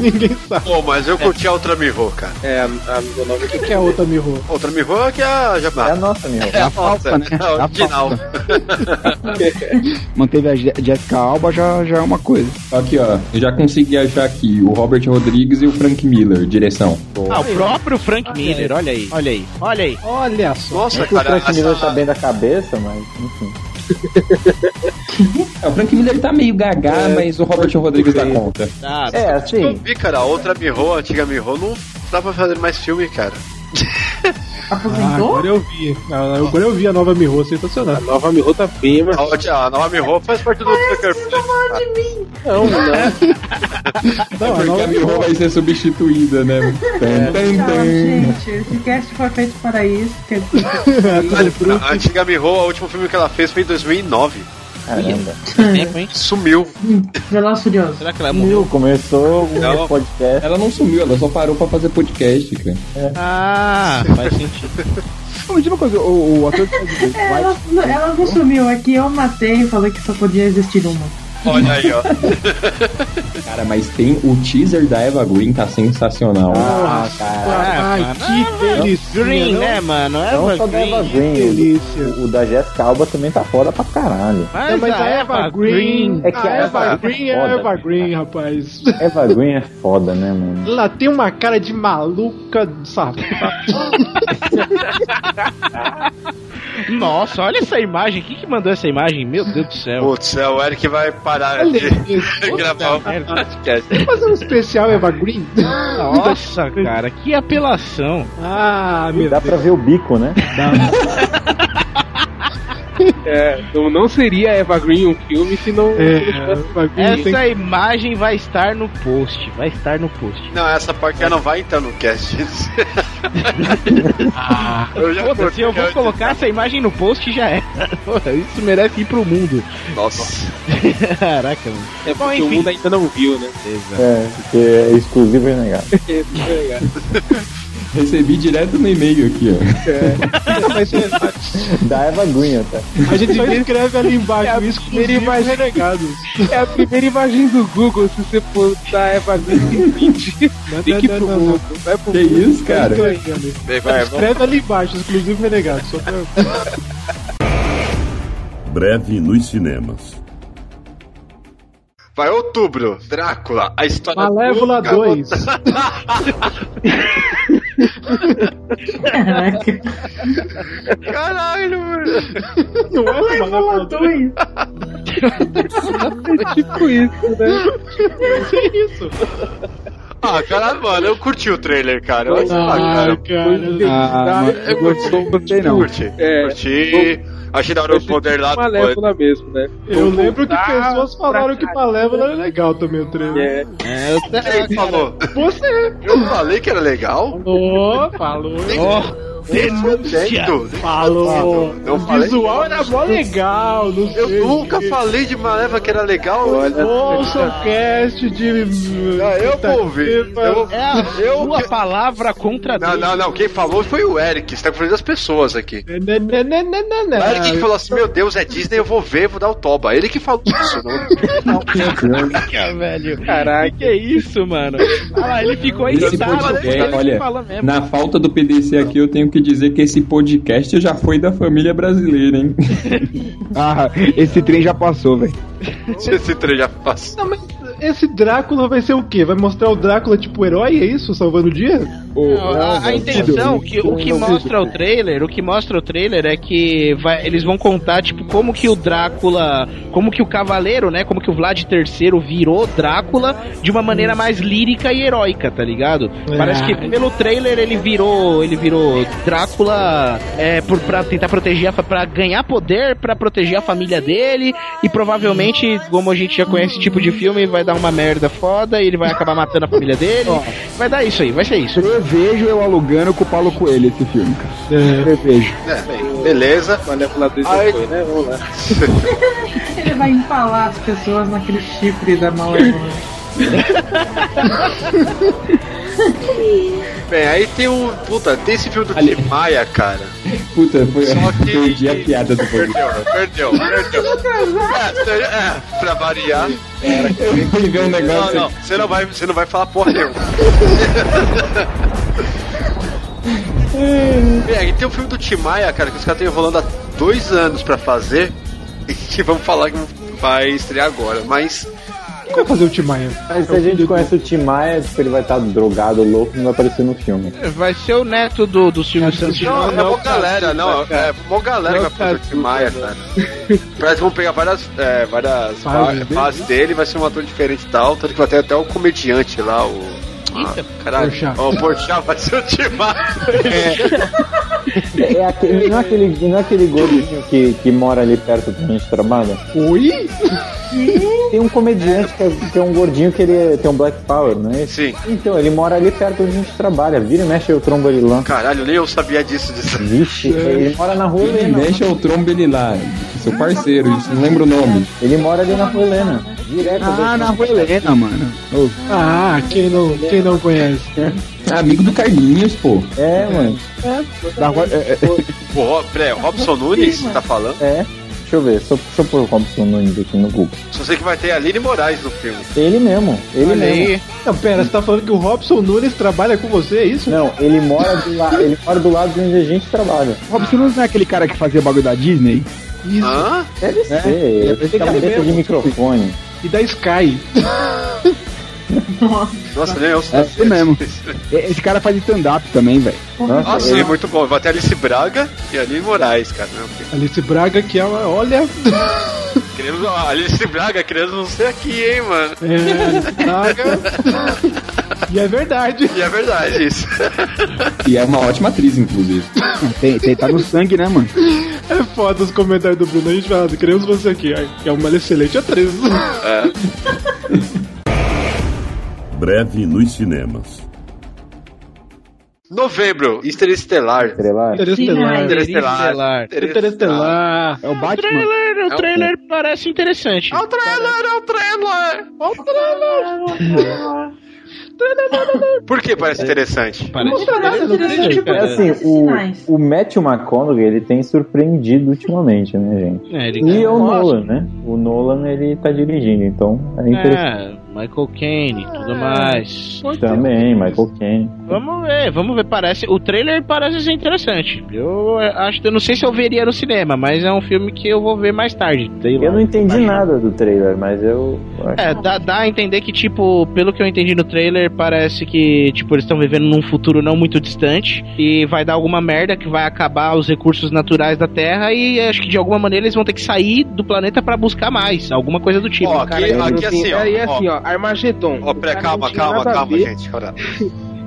Ninguém sabe Pô, mas eu curti a outra Miho, cara. É, a, a Miho nova o que é a outra Miho. Outra Miho é que a É a Jabá. nossa, meu. É a Nossa, falta, né? É a original. falta. Manteve a Je- Jessica Alba já, já é uma coisa. Aqui, ó. Ah, Eu já consegui achar aqui o Robert Rodrigues e o Frank Miller, direção. Ah, o próprio Frank Miller, olha aí, olha aí, olha aí. Olha só. Nossa, É que o cara. Frank Miller tá Essa... bem da cabeça, mas enfim. É, o Frank Miller tá meio gagá, mas o Robert Rodrigues dá conta. Tá, É, Eu assim, vi, cara, a outra Miho, a antiga Miho, não dá pra fazer mais filme, cara. Ah, agora eu vi. Ah, Agora eu vi a nova Miho, sensacional. A nova Miho tá bem, mas A, outra- a nova Miho faz parte do Tucker Carl. não, não. Não, É. a É Porque nova a Miho vai ser substituída, né? Tan, tan, Tchau, tan. gente. Esse cast foi feito para isso. Que... A antiga Miho, o último filme que ela fez foi em 2009. caramba. tempo, hein? Sumiu. Veloz Furioso. Será que ela morreu? Sumiu, começou o Não. podcast. Ela não sumiu, ela só parou pra fazer podcast, cara. Ah, faz sentido. Não, mas diz uma coisa, o, o ator que faz o White, Ela, ela não sumiu, é que eu matei e falei que só podia existir uma. Olha aí, ó. Cara, mas tem o teaser da Eva Green, tá sensacional. Ah, Ai, que delícia. Green, não? né, mano? É Eva Não É um só da Green. Eva né? Green, Delícia. o, o da Jessica Alba também tá foda pra caralho. Mas, Não, mas a Eva Green. É que a a Eva Eva Green é é a foda, Eva cara. Green, rapaz. Eva Green é foda, né, mano? Ela tem uma cara de maluca, sabe? Nossa, olha essa imagem. Quem que mandou essa imagem? Meu Deus do céu. Putz, é, o Eric vai parar Olha de isso. gravar o merda. podcast. Fazer um especial Eva Green? Nossa, cara, que apelação. Ah, E meu dá pra ver o bico, né? É, não, não seria Eva Green um filme se não. se não fosse Eva Green. Essa é, Tem- imagem vai estar no post. Vai estar no post. Não, essa parte não vai entrar no cast. Ah, eu já se eu vou colocar essa imagem no post já é. Porra, Isso merece ir pro mundo. Nossa. Caraca, mano. É Bom, porque o enfim. mundo ainda não viu, né? É, porque é exclusivo e negado. É. Recebi direto no e-mail aqui, ó. Da Eva Green tá? até. A gente só escreve ali embaixo, exclusivo imagem... renegados. É a primeira imagem do Google, se você for dar Eva Green. Tem que ir pro Google. Vai pro Que Google. isso, cara? Vai escrevendo. Vai, vai, Escreve ali embaixo, exclusivo renegado. Só pra... Breve nos cinemas. Vai, outubro, Drácula, a história Malévola do- 2. Caraca. Caralho, mano. Não é Malévola 2. É tipo isso, né? Que isso? Ah, cara, mano, eu curti o trailer, cara. Eu, Ah, Ah, eu curti, gostei não. curti, curti. Achei da hora o poder lá. Malévola mesmo, né? Eu lembro que Ah, pessoas falaram que Malévola era legal também o trailer. É, eu Quem falou? Você! Eu falei que era legal? Falou, falou. Desmentido. Falou. Eu o falei- visual era mó legal. Não sei Eu nunca falei de Malévola que era legal. Ouça o cast de. Ah, eu vou ouvir. Eu, vou- É a sua palavra contra Não, não, não. Quem falou foi o Eric. Você tá confundindo as pessoas aqui. Né, né, né, né, né, né. O Eric que falou assim: Meu Deus, é Disney, eu vou ver, vou dar o toba. Ele que falou isso. Não. Caraca, velho. Caraca, que é isso, mano? Olha Ah, lá, ele ficou Esse irritado. podcast, né? Ele olha, fala mesmo. na falta do PDC aqui, eu tenho que dizer que esse podcast já foi da família brasileira, hein? Ah, esse trem já passou, velho. Esse trem já passou. Não, mas esse Drácula vai ser o quê? Vai mostrar o Drácula tipo herói, é isso? Salvando o dia? Não, Ah, a, a intenção, que, o que mostra o trailer, o que mostra o trailer é que vai- eles vão contar, tipo, como que o Drácula, como que o Cavaleiro, né, como que o Vlad III virou Drácula de uma maneira mais lírica e heróica, tá ligado? Parece que pelo trailer ele virou, ele virou Drácula é, por, pra tentar proteger, a fa- pra ganhar poder, pra proteger a família dele e provavelmente, como a gente já conhece esse tipo de filme, vai dar uma merda foda e ele vai acabar matando a família dele. Vai dar isso aí, vai ser isso. Eu vejo eu alugando com o Paulo Coelho esse filme, cara. Eu vejo. É, bem, beleza. Malévola 2 Aí- já foi, né? Vamos lá. Ele vai empalar as pessoas naquele chifre é da Malévola. É, Bem, aí tem o. Puta, tem esse filme do Tim Maia, cara. Puta, foi Só que- perdi a piada do Perdeu, perdeu, perdeu. É, é, pra variar. Eu fui ver um negócio Não, não, você não vai, você não vai falar porra nenhuma. Bem, aí tem o filme do Tim Maia, cara, que os caras estão enrolando há dois anos pra fazer. E que vamos falar que vai estrear agora, mas. Quem vai fazer o Timaya? Mas se a gente conhece o Tim Maia, tipo, ele vai estar drogado, louco, não vai aparecer no filme. Vai ser o neto do, do Silvio Santos. Não, é uma galera, não. É uma galera que vai fazer o Tim Maia, cara. Parece que vão pegar várias, é, várias fa- Fases fases, dele, dele, vai ser um ator diferente e tal. Tanto que vai ter até o comediante lá, o. Ah, caralho. Porchat. Ó, O Porchat vai ser o Tim Maia. É, é aquele, não é aquele, não é aquele gordinho que, que mora ali perto que a gente trabalha? Oi? Tem um comediante que é, que é um gordinho que ele é- tem um Black Power, não é isso? Sim. Então, ele mora ali perto onde a gente trabalha. Vira e mexe o trombo ele lá. Caralho, nem eu sabia disso. disso. Vixe, ele mora na né? rua É. Ele Helena. mexe o trombo ele lá, seu parceiro, isso, não lembro o nome. Ele mora ali na rua Helena. Direto Ah, na Rua Helena, mano. Ah, quem não, quem não conhece? é Amigo do Carlinhos, pô. É, mano. Da rua, é, é, O Ro- peraí, o Robson Nunes tá falando? É. Deixa eu ver, só, só pôr o Robson Nunes aqui no Google. Só sei que vai ter a Aline Moraes no filme. Ele mesmo, ele Olha aí. mesmo. Não, pera, você tá falando que o Robson Nunes trabalha com você, é isso? Não, ele mora do, la ele mora do lado de onde a gente trabalha. Robson Nunes não é aquele cara que fazia bagulho da Disney? Isso. Hã? É. Deve ser, ser, deve ser cabeça mesmo. de microfone. E da Sky. Nossa, nem eu É assim mesmo. E- Esse cara faz stand-up também, velho. Nossa, ah, é. sim, muito bom. Vai ter Alice Braga e Aline Moraes, cara. Não, porque- Alice Braga, que ela, olha. Queremos, tá. ó, Alice Braga, queremos não ser aqui, hein, mano. É, Braga. E é verdade. E é verdade isso. E é uma ótima atriz, inclusive. Tem, tem, tá no sangue, né, mano? É foda os comentários do Bruno. A gente fala, queremos você aqui. Ai, É uma excelente atriz. Breve nos cinemas. Novembro, Interestelar. Interestelar. Interestelar. Interestelar. Interestelar. É o Batman. trailer, o trailer parece interessante. Olha É o trailer, olha o trailer! É Olha o trailer! Por que É. parece interessante? Parece É assim, o, o Matthew McConaughey, ele tem surpreendido ultimamente, né, gente? É, ele E ganhou o um Oscar. Nolan, né? O Nolan, ele tá dirigindo, então é interessante. É, Michael Caine e tudo mais. Também, Michael Caine. Vamos ver, vamos ver. Parece, o trailer parece ser interessante. Eu é, acho, eu não sei se eu veria no cinema, mas é um filme que eu vou ver mais tarde. Eu não entendi nada do trailer, mas eu acho É, dá, dá a entender que, tipo, pelo que eu entendi no trailer, parece que, tipo, eles estão vivendo num futuro não muito distante e vai dar alguma merda que vai acabar os recursos naturais da Terra e acho que de alguma maneira eles vão ter que sair do planeta pra buscar mais, alguma coisa do tipo. aqui- aqui assim, é, ó, Aí ó. assim, ó, Armagedon. Ó, pera, calma, não tinha calma, nada a calma, ver. gente. calma.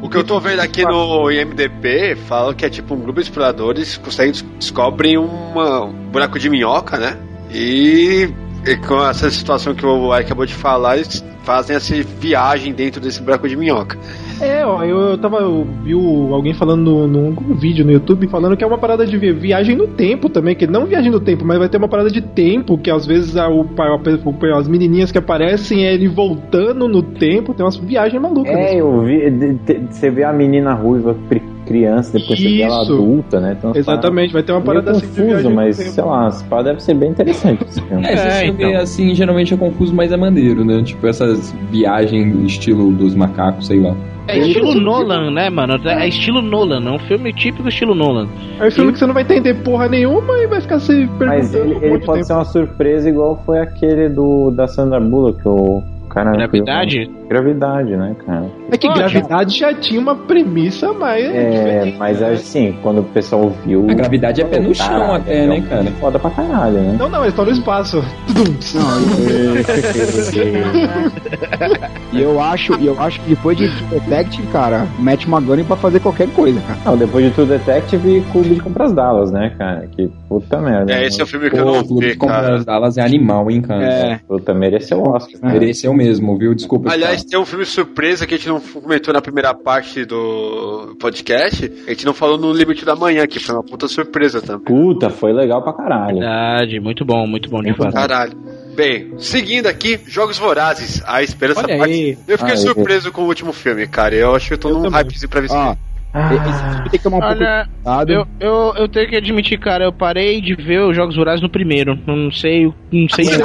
O que eu tô vendo aqui no IMDB fala que é tipo um grupo de exploradores conseguem descobrem uma- um buraco de minhoca, né? E, e com essa situação que o Ari acabou de falar, eles fazem essa viagem dentro desse buraco de minhoca. É, ó, eu, eu tava. Eu vi o- alguém falando num num vídeo no YouTube falando que é uma parada de vi- viagem no tempo também, que não viagem no tempo, mas vai ter uma parada de tempo, que às vezes a- o pa- o- as menininhas que aparecem é ele voltando no tempo, tem umas viagens malucas. É, eu vi. de- de- Você vê a menina ruiva pri- criança, depois você vê ela Isso. adulta, né? Então, Exatamente, vai ter uma parada parada meio assim de confuso, viagem mas no tempo. sei lá, esse pá deve ser bem interessante esse filme. É, se você então. vê assim, geralmente é confuso, mas é maneiro, né? Tipo, essas viagens estilo dos macacos, sei lá. É estilo Nolan, né, mano? É estilo Nolan, é um filme típico estilo Nolan. É um filme que você não vai entender porra nenhuma e vai ficar se perguntando. Mas ele, ele pode ser uma surpresa igual foi aquele do da Sandra Bullock, o cara. Gravidade? Gravidade, né, cara? É que gravidade já tinha uma premissa, mas. É, mas assim, quando o pessoal viu. A gravidade é pé no chão até, né, cara? É um filme Foda pra caralho, né? Não, não, eles estão no espaço. Tudum. E eu acho, e eu acho que depois de True Detective, cara, mete uma Gunny pra fazer qualquer coisa, cara. Não, depois de True Detective e Clube de Compras Dallas, né, cara? Que puta merda. né? É, esse é o filme que eu não vi, cara. Compras Dallas é animal, hein, cara? É. Puta, mereceu o Oscar. né? Mereceu mesmo, viu? Desculpa. Aliás, tem um filme surpresa que a gente não comentou na primeira parte do podcast. A gente não falou no Limite da Manhã, que foi uma puta surpresa também. Puta, foi legal pra caralho. Verdade, muito bom, muito bom de fato. Caralho. Bem, seguindo aqui, Jogos Vorazes, a esperança Olha parte. aí. Eu fiquei Ah, Aí. é. surpreso com o último filme, cara. Eu acho que eu tô num hypezinho pra ver esse Ah, filme. Tem que tomar um Olha, pouco de eu, eu, eu tenho que admitir, cara, eu parei de ver os Jogos Rurais no primeiro. Não sei, não sei se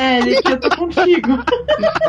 É, ele eu tô contigo.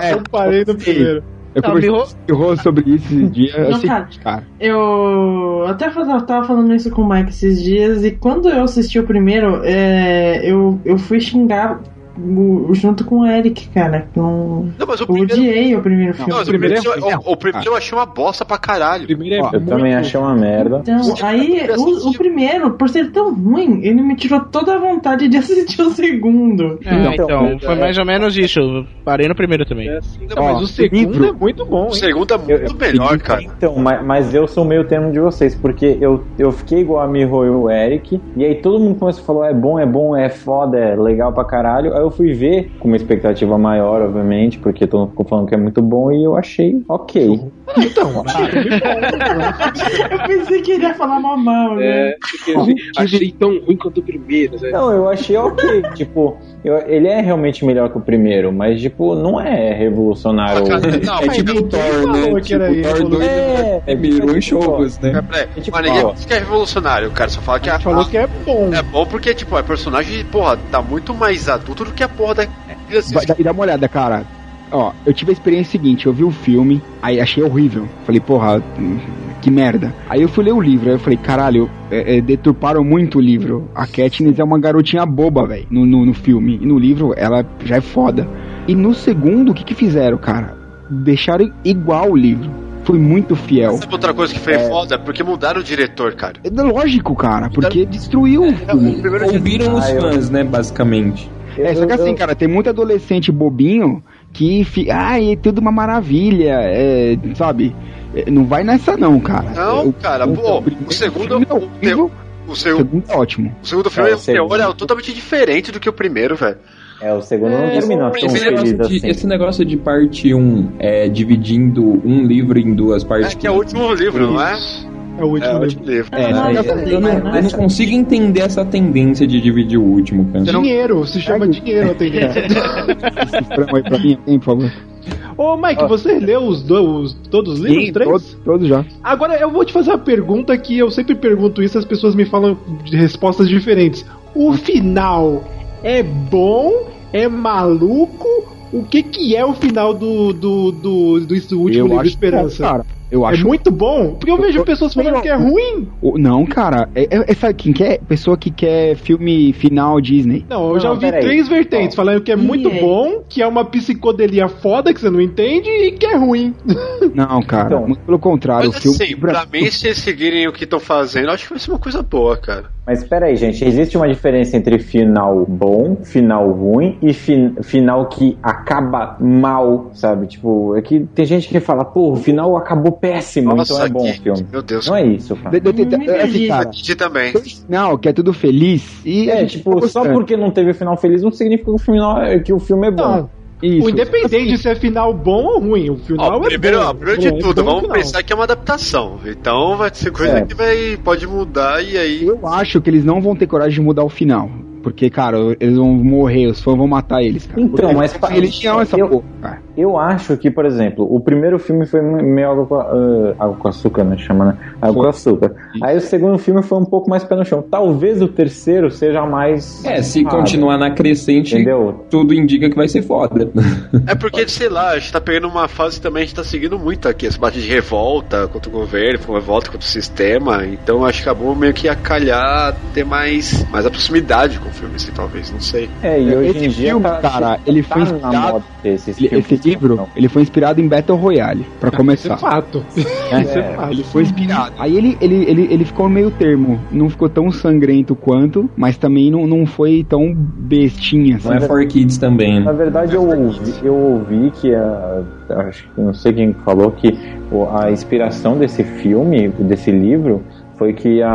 É, eu parei no primeiro. Eu Tá, conversei me rou- com o Rô sobre isso esse dia. é o Não, tá. seguinte, cara. Eu até fa- eu tava falando isso com o Mike esses dias, e quando eu assisti o primeiro, é, eu, eu fui xingar o- junto com o Eric, cara. Não, não, mas eu odiei o primeiro filme. Não, mas o primeiro, eu- o, o primeiro eu achei uma bosta pra caralho. Primeiro Eu também achei uma merda. Então, aí é o, o primeiro, por ser tão ruim, ele me tirou toda a vontade de assistir o segundo. É, então, foi mais ou menos isso. Eu parei no primeiro também. É mas o segundo é muito bom, hein? assim, O segundo é muito melhor, cara. Então, mas, mas eu sou meio termo de vocês, porque eu, eu fiquei igual a Miho e o Eric, e aí todo mundo começou a falar, é bom, é bom, é foda, é legal pra caralho. Aí eu fui ver com uma expectativa maior, obviamente, porque todo mundo ficou falando que é muito bom, e eu achei ok. Eu pensei que ele ia falar mal mal, né? É, porque assim, achei tão ruim quanto o primeiro, né? Não, eu achei ok. tipo, eu- ele é realmente melhor que o primeiro, mas, tipo, não é revolucionário. Não, mas tipo o Thor, né? Tipo, o Thor 2 é, primeiro em jogos, né? É, mas Tipo, ninguém disse que é revolucionário, cara. Só fala que a, falou que é bom. É bom porque, tipo, a personagem, porra, tá muito mais adulto do que a porra da. Vai, dá- e dá uma olhada, cara. Ó, eu tive a experiência seguinte, eu vi o filme, aí achei horrível. Falei, porra, hum, que merda. Aí eu fui ler o livro, aí eu falei, caralho, é, é, deturparam muito o livro. A Katniss é uma garotinha boba, velho, no, no, no filme. E no livro ela já é foda. E no segundo, o que que fizeram, cara? Deixaram igual o livro. Foi muito fiel. Sabe outra coisa que foi foda? é Porque mudaram o diretor, cara. É lógico, cara, porque destruiu o filme. Ah, Ouviram os fãs, né, basicamente. É, só que assim, cara, tem muito adolescente bobinho que fica. Ai, é tudo uma maravilha, é, sabe? É, Não vai nessa, não, cara. Não, Então, cara, pô, o segundo. O, teu- o seu- Segundo é ótimo. o segundo filme É, é, o segundo. totalmente diferente do que o primeiro, velho. É, o segundo É, esse, esse negócio de, esse é negócio de parte 1 é, dividindo um livro em duas partes. É que é o último livro, não é? É o último livro. É, mas eu, eu não, eu não consigo entender essa tendência de dividir o último, cara. Dinheiro, se chama dinheiro a tendência. Frango um aí pra mim, hein, por favor. Ô, Mike, você leu os dois, todos os livros? Sim, três? todos, todos já. Agora eu vou te fazer uma pergunta que eu sempre pergunto isso e as pessoas me falam de respostas diferentes. O final é bom? É maluco? O que que é o final do, do, do, do, do último Eu livro acho Esperança? bom, cara. Eu acho É muito bom? Porque eu vejo pessoas falando que é ruim. O- Não, cara. É, é- é- sabe quem quer? Pessoa que quer filme final Disney. Não, eu já ouvi peraí. três vertentes falando que é muito bom, que é uma psicodelia foda que você não entende e que é ruim. Não, cara. Então, muito pelo contrário, Mas o filme. assim, pra mim, se eles seguirem o que estão fazendo, eu acho que vai ser uma coisa boa, cara. Mas espera aí, gente. Existe uma diferença entre final bom, final ruim e fin- final que acaba mal, sabe? Tipo, é que tem gente que fala, pô, o final acabou péssimo, Nossa, então é bom que- o filme. Meu Deus. Não é isso, cara. De- de- de- Hum, é assim, cara. E também. Não, que é tudo feliz. E É, tipo, só porque não teve final feliz não significa que o, final, que o filme é bom. O independente se é final bom ou ruim, o final Ó, é primeiro, bom. ó, primeiro Bom, de é tudo, bom vamos final. pensar que é uma adaptação. Então vai ser coisa É. que vai, pode mudar e aí. Eu acho que eles não vão ter coragem de mudar o final. Porque, cara, eles vão morrer, os fãs vão matar eles, cara. Então, Porque mas é pa- religião essa eu- porra, cara. Eu acho que, por exemplo, o primeiro filme foi meio água com, ah, água com açúcar, né? Chama, né? Água com açúcar. Aí o segundo filme foi um pouco mais pé no chão. Talvez o terceiro seja mais. É, se continuar na crescente, tudo indica que vai ser foda. É porque, sei lá, a gente tá pegando uma fase também, a gente tá seguindo muito aqui, esse bate de revolta contra o governo, revolta contra o sistema, então acho que acabou meio que a calhar ter mais, mais a proximidade com o filme, assim, talvez, não sei. É, e hoje esse em dia filme, tá- cara, ele tá foi na inspirado. moda esses Ele- filmes. esse livro, ele foi inspirado em Battle Royale, pra começar. fato. É, Isso é fato. Ele foi inspirado. Aí ele, ele, ele, ele ficou no meio termo. Não ficou tão sangrento quanto, mas também não, não foi tão bestinha. assim. Não é for kids também, né? Na verdade, eu ouvi, eu ouvi que a. Acho que não sei quem falou que o- a inspiração desse filme, desse livro, foi que a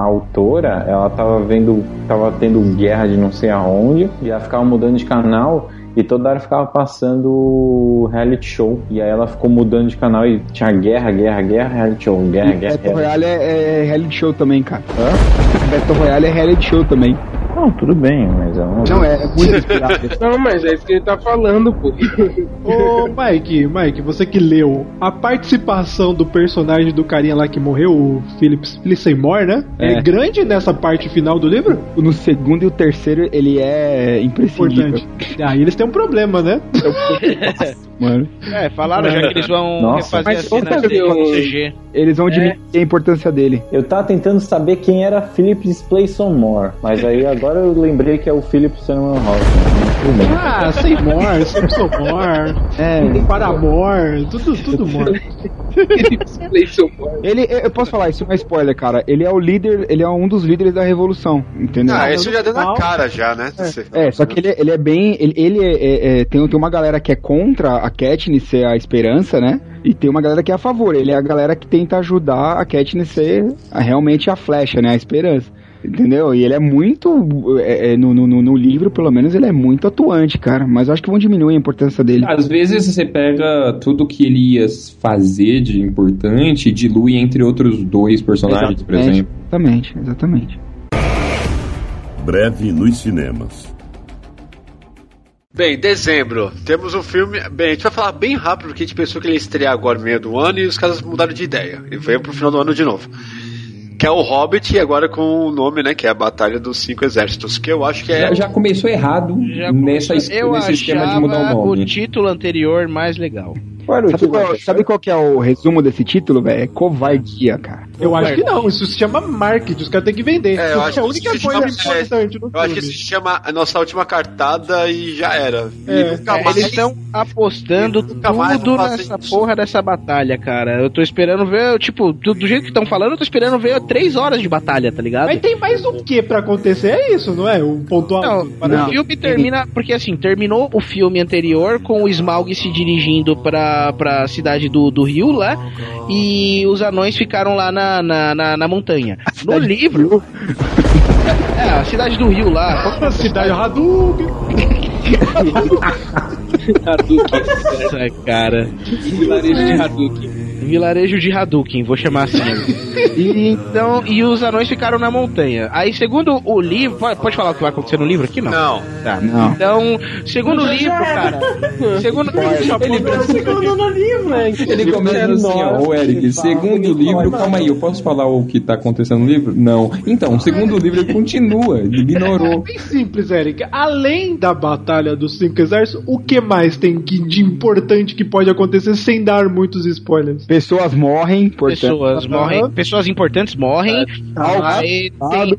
autora, ela tava vendo. tava tendo guerra de não sei aonde, e ela ficava mudando de canal. E toda hora ficava passando reality show. E aí ela ficou mudando de canal e tinha guerra, guerra, guerra, É, reality show, guerra, guerra, Battle guerra. Royale é, é reality show também, cara. Battle Royale é reality show também. Não, tudo bem, mas é um... Não, é, é muito inspirado. Não, mas é isso que ele tá falando, pô. Ô, Mike, Mike, você que leu a participação do personagem do carinha lá que morreu, o Philip Philip Seymour, né? É, É. grande nessa parte final do livro? No segundo e o terceiro, ele é imprescindível. Importante. Aí eles têm um problema, né? Mano. É, falaram já que eles vão Nossa, refazer mas as cenas outra dele com vez. CG. Eles vão diminuir a importância dele. Eu tava tentando saber quem era Philip Splayson Moore, mas aí agora eu lembrei que é o Philip Samuel Hoffman. Tudo bem. Ah, Seymour, Simpsonmore, É. Paramore, tudo, tudo more. Ele, eu eu posso falar, isso não é spoiler, cara. Ele é o líder, ele é um dos líderes da revolução, entendeu? Ah, isso já deu na cara já, né? É, só que ele, ele é bem. Ele, ele é- é- é- tem, tem uma galera que é contra a Katniss ser a esperança, né? E tem uma galera que é a favor. Ele é a galera que tenta ajudar a Katniss ser a- realmente a flecha, né? A esperança. Entendeu? E ele é muito. é- é, no, no, no- no livro, pelo menos, ele é muito atuante, cara. Mas eu acho que vão diminuir a importância dele. Às vezes você pega tudo que ele ia fazer de importante e dilui entre outros dois personagens, por Exatamente, exemplo. Exatamente, exatamente. Breve nos cinemas. Bem, dezembro, temos um filme. Bem, a gente vai falar bem rápido porque a gente pensou que ele ia estrear agora no meio do ano e os caras mudaram de ideia e veio pro final do ano de novo. Que é o Hobbit e agora com o nome, né? Que é a Batalha dos Cinco Exércitos, que eu acho que é. Já, já começou errado nessa, es- Eu nesse esquema achava de mudar o o nome. título anterior mais legal. Olha, o Sabe que qual, vai- sabe qual que é o resumo desse título, velho? É covardia, cara. Eu acho que não, isso se chama marketing, os caras têm que vender. É, eu acho é a que única se coisa chama, importante no Eu acho que isso filme. se chama a nossa última cartada e já era. É, e nunca é, mais eles estão apostando mais tudo vão fazer nessa porra dessa batalha, cara. Eu tô esperando ver, tipo, do, do jeito que estão falando, eu tô esperando ver três horas de batalha, tá ligado? Mas tem mais o que pra acontecer? É isso, não é? O ponto alto. O filme termina, porque assim, terminou o filme anterior com o Smaug se dirigindo pra, pra cidade do, do Rio lá e os anões ficaram lá na, na, na, na montanha. No livro. É, a cidade do Rio lá. Qual que é a cidade Hadouken. Hadouken. cara. Vilarejo de Hadouken. Vilarejo de Hadouken, vou chamar assim. e, então, e os anões ficaram na montanha. Aí, segundo o livro. pode- Pode falar o que vai acontecer no livro aqui? Não. Não. Tá. Não. Então, segundo o Já livro, era. cara. Segundo Ele tá segundo no livro. Ele começa assim, ó, o Eric, segundo livro, calma aí, eu posso falar o que tá acontecendo no livro? Não. Então, o segundo livro ele continua, ele ignorou. Bem simples, Eric. Além da batalha dos cinco exércitos, o que mais tem que- de importante que pode acontecer sem dar muitos spoilers? Ah, Pessoas morrem, portanto. pessoas morrem, pessoas importantes morrem. tá, Aí tem,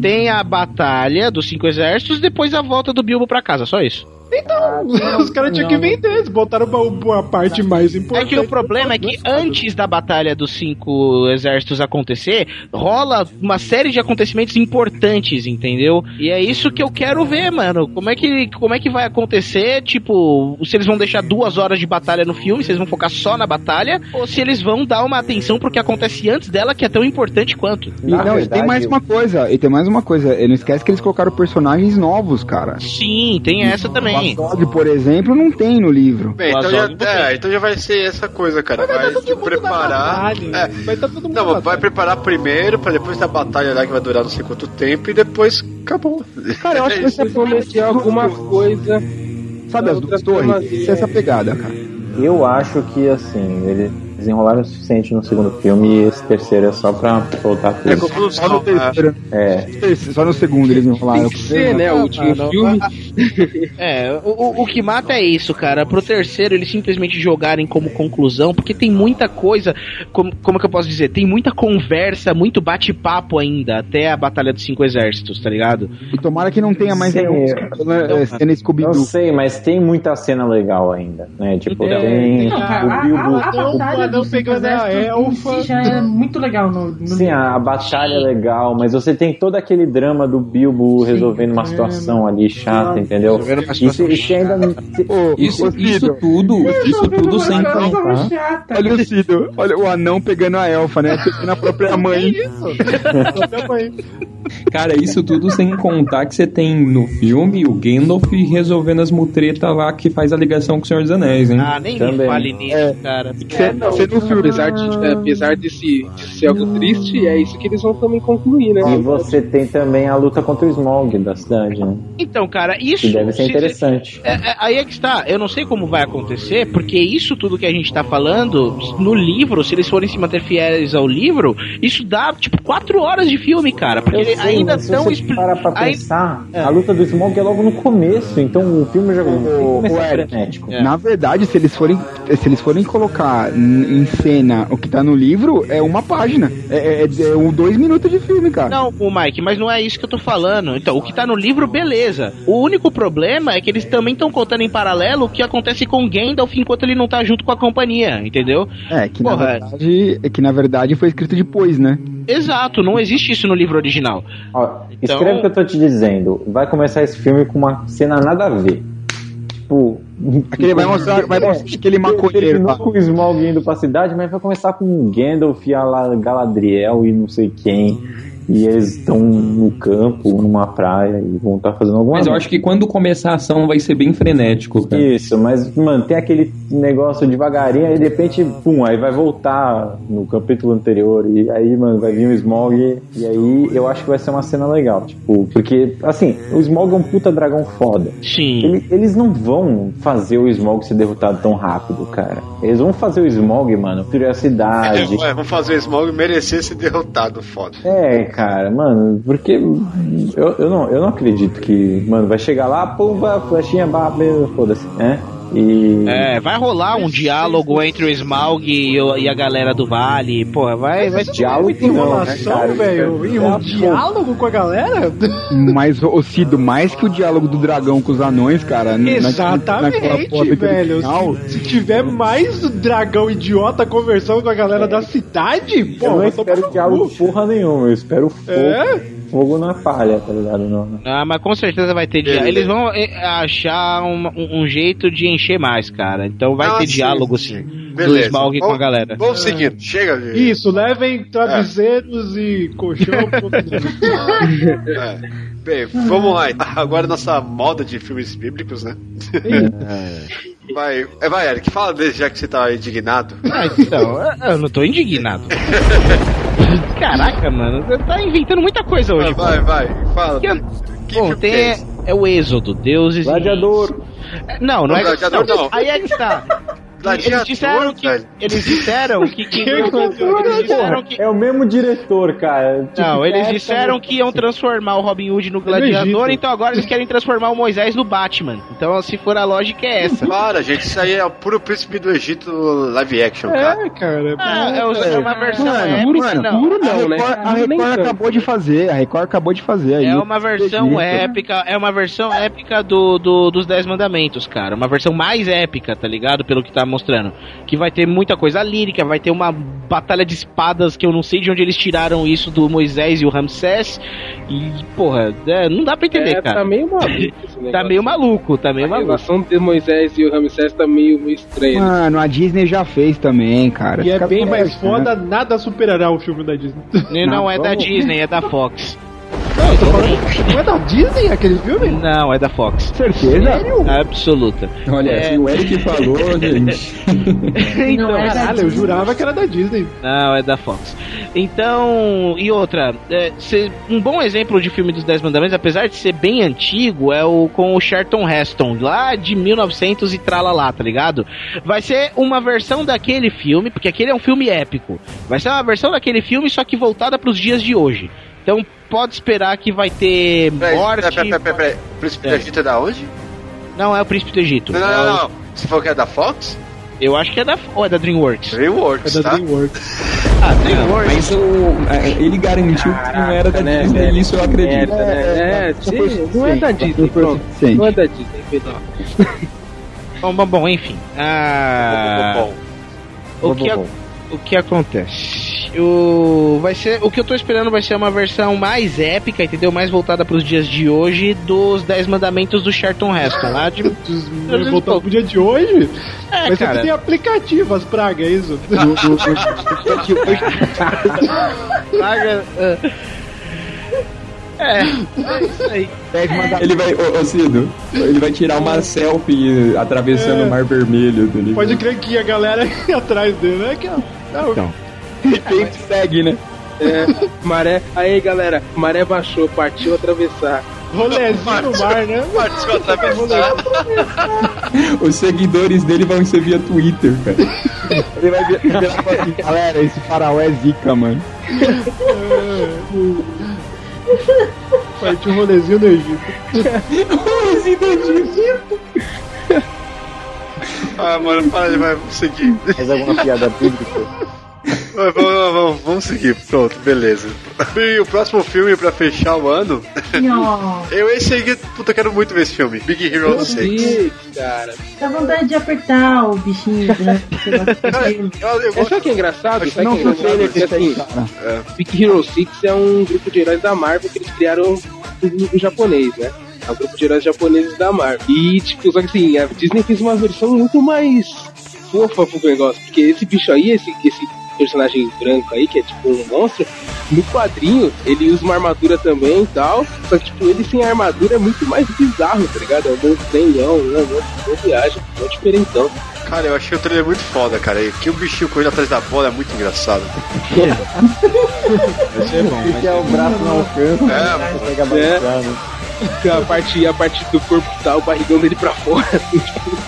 tem a batalha dos cinco exércitos, depois a volta do Bilbo pra casa, só isso. Então, os caras tinham que vender, eles botaram uma, uma parte mais É importante. que o problema é que antes da batalha dos cinco exércitos acontecer, rola uma série de acontecimentos importantes, entendeu? E é isso que eu quero ver, mano. Como é que, como é que vai acontecer? Tipo, se eles vão deixar duas horas de batalha no filme, se eles vão focar só na batalha, ou se eles vão dar uma atenção pro que acontece antes dela, que é tão importante quanto. E, não, e tem mais uma coisa, e tem mais uma coisa. Ele não esquece que eles colocaram personagens novos, cara. Sim, tem essa também. Dog, por exemplo, não tem no livro. Bem, então já, é, então já vai ser essa coisa, cara. Vai, te preparar. é. não, mas vai preparar primeiro, pra depois da batalha lá que vai durar não sei quanto tempo e depois acabou. Cara, eu acho que É você prometeu alguma coisa. Sabe as duas torres? Isso é essa pegada, cara. Eu acho que, assim, eles desenrolaram o suficiente no segundo filme e esse terceiro é só pra soltar tudo. É conclusão, Só no terceiro. É. Só no segundo eles enrolaram. né, Ah, É, o, o- o que mata é isso, cara. Pro terceiro, eles simplesmente jogarem como conclusão, porque tem muita coisa. Como, como é que eu posso dizer? Tem muita conversa, muito bate-papo ainda, até a Batalha dos Cinco Exércitos, tá ligado? E tomara que não tenha mais Sim, nenhum. eu- É, cena scooby Eu sei, mas tem muita cena legal ainda, né? Tipo, É, tem não, cara, a- o é Bilbo. a, a batalha do pegando já é muito legal no, no Sim, a, a batalha é legal, mas você tem todo aquele drama do Bilbo resolvendo uma situação ali chata, entendeu? Isso, isso ainda não. Isso, isso tudo, isso tudo sem contar. Olha o Cido, olha o anão pegando a elfa, né? Pegando a própria mãe. Cara, isso tudo sem contar que você tem no filme o Gandalf resolvendo as mutretas lá que faz a ligação com o Senhor dos Anéis, hein? Ah, nem me fale nisso, cara. Você não, você não É. viu, apesar, de, é, apesar desse, de ser algo triste, é isso que eles vão também concluir, né? E você tem também a luta contra o Smaug da cidade, né? Então, cara, isso. Que deve ser se- interessante. É, é, aí é que está. Eu não sei como vai acontecer, porque isso tudo que a gente tá falando no livro, se eles forem se manter fiéis ao livro, isso dá tipo quatro horas de filme, cara. Porque Eu sei, ainda mas se estão você expli- parar pra ainda- pensar, a luta do Smaug é logo no começo, então o filme já O, o Eric, frenético. é na verdade, se eles forem, se eles forem colocar n- em cena o que tá no livro, é uma página. É, é, é um dois minutos de filme, cara. Não, o Mike, mas não é isso que eu tô falando. Então, o que tá no livro, beleza. O único problema é que eles também estão contando em paralelo o que acontece com o Gandalf enquanto ele não tá junto com a companhia, entendeu? É, que na, Porra. verdade, é que na verdade foi escrito depois, né? Exato, não existe isso no livro original. Então- Escreve o que eu tô te dizendo. Vai começar esse filme com uma cena nada a ver. Tipo. Aquele vai mostrar- vai mostrar aquele maconheiro Terminou lá. com o Smaug indo pra cidade, mas vai começar com o Gandalf e a La- Galadriel e não sei quem. E eles estão no campo, numa praia, e vão estar fazendo alguma Mas eu merda. acho que quando começar a ação vai ser bem frenético, cara. Isso, mas manter aquele negócio devagarinho, aí de repente, pum, aí vai voltar no capítulo anterior, e aí, mano, vai vir o Smog, e aí eu acho que vai ser uma cena legal, tipo, porque, assim, o Smog é um puta dragão foda. Sim. eles não vão fazer o Smog ser derrotado tão rápido, cara. Eles vão fazer o Smog, mano, destruir a cidade. É, vamos fazer o Smog merecer ser derrotado, foda. É, cara, mano, porque eu, eu, não, eu não acredito que, mano, vai chegar lá, pum, vai, flechinha, bá, bê, foda-se, né? E. É, vai rolar um diálogo entre o Smaug e, o- e a galera do Vale. Pô, vai, vai. um Diálogo tem né, enrolação, velho. E um diálogo com a galera? Mas, ô Cido, mais que o diálogo do dragão com os anões, cara. na- na- naquela porra Exatamente, daquele velho. final, Se, se tiver mais o dragão idiota conversando com a É. galera da cidade, pô, eu não vai espero diálogo porra nenhuma, eu espero fogo, É? fogo na palha, tá ligado? Não. Ah, mas com certeza vai ter diálogo. Eles vão eh, achar um, um- um jeito de encher mais, cara. Então vai Ah, ter sim, diálogo sim. Do Beleza. Smaug com a Vamos- galera. Vamos seguindo, chega, gente. Isso, levem travesseiros e colchão. É. Bem, vamos lá. então. Agora nossa moda de filmes bíblicos, né? Vai, é, vai, Eric, fala desse já que você tá indignado. Ah, então, eu- eu não tô indignado. Caraca, mano, você tá inventando muita coisa hoje. Vai, vai, fala. Que, bom, tem é, o Êxodo, deuses. Gladiador. Não, não é Gladiador, não. Aí é que tá. Eles disseram que. Eles disseram que. que eles disseram que É, tá É o mesmo diretor, cara. Tipo, não, eles época- disseram que iam transformar o Robin Hood no gladiador, Egito. então agora eles querem transformar o Moisés no Batman. Então, se for a lógica, é essa. Para, gente, isso aí é o puro príncipe do Egito live action, cara. É, cara. Ah, é, o- é uma versão Mano, épica, puro, mano, não. puro não, né? A Record acabou de fazer, a Record acabou de fazer aí. É o uma versão Egito. né? épica, é uma versão épica do, do- dos Dez Mandamentos, cara. Uma versão mais épica, tá ligado? Pelo que tá mostrando. Que vai ter muita coisa lírica, vai ter uma batalha de espadas que eu não sei de onde eles tiraram isso do Moisés e o Ramsés. E, porra, é, não dá pra entender, É, cara. tá meio maluco esse Tá negócio. meio maluco, tá meio A maluco. Ah, relação de Moisés e o Ramsés tá meio, meio estranha. né? Mano, a Disney já fez também, cara. E é Fica bem mais né? Foda, nada superará o filme da Disney. E não é da Disney, é da Fox. Não é da Disney aquele filme? Não, é da Fox. Certeza? Absoluta. Olha, É. se o Eric falou, gente. Então, Caralho, eu jurava que era da Disney. Não, é da Fox. Então, e outra, é, cê- um bom exemplo de filme dos Dez Mandamentos, apesar de ser bem antigo, é o com o Charlton Heston, lá de 1900 e tralalá, tá ligado? Vai ser uma versão daquele filme, porque aquele é um filme épico. Vai ser uma versão daquele filme, só que voltada pros dias de hoje. Então, pode esperar que vai ter morte. Peraí, peraí, peraí, peraí. O príncipe do Egito é da onde? Não, é o Príncipe do Egito. Não, não, É o- não, não. Você falou que é da Fox? Eu acho que é da, ou é da DreamWorks. DreamWorks, É da tá? DreamWorks. Ah, DreamWorks. Mas o- é, ele garantiu que não era da né, Disney, isso eu acredito. É, é, sim, não é da Disney, pronto. Não é da Disney, perdão. Bom, bom, bom, enfim. Ah, o, que a- o que acontece? O, vai ser, o que eu tô esperando vai ser uma versão mais épica, entendeu? Mais voltada pros dias de hoje dos 10 mandamentos do Charlton Heston. Lá de, Voltando pro dia de hoje? É, Mas cara. você tem aplicativo, as pragas, é isso? Praga, É, é isso aí. Ele vai, ô, ô, Cido, ele vai tirar uma É. selfie atravessando o Mar Vermelho. tá ligado? Pode crer que a galera ia atrás dele, né? Que, não, Então. Quem te segue, né? É, maré. Aí, galera, maré baixou, partiu atravessar. Rolezinho no mar, né? Partiu atravessar. Os seguidores dele vão ser via Twitter, cara. Ele vai vir- virar e falar assim, galera, esse faraó é zica, mano. Partiu um rolezinho no Egito. rolezinho do Egito? Ah, mano, para de vai, vamos seguir. Faz alguma piada bíblica? Vamos, vamos, vamos, vamos seguir, pronto, beleza. E o próximo filme pra fechar o ano? Não. Eu esse aí, puta, eu quero muito ver esse filme. Big Hero 6. Cara. Dá vontade de apertar o bichinho. né? É, sabe o que é engraçado? Sabe o que é engraçado? Porque, assim, Big Hero 6 é um grupo de heróis da Marvel que eles criaram um grupo japonês, né? É um grupo de heróis japoneses da Marvel. E, tipo, só que assim, a Disney fez uma versão muito mais fofa pro negócio. Porque esse bicho aí, esse, esse personagem branco aí, que é tipo um monstro, no quadrinho ele usa uma armadura também e tal. Só que, tipo, ele sem a armadura é muito mais bizarro, tá ligado? É um monstro trengão, né? Um monstro de viagem, um monstro diferentão. Então, Cara, eu achei o trailer muito foda, cara. E que o bichinho correndo atrás da bola é muito engraçado. Vai ser bom. Que é o braço não alcança, é, pega É. balançando. A parte, a parte do corpo que tá o barrigão dele pra fora. assim, tipo,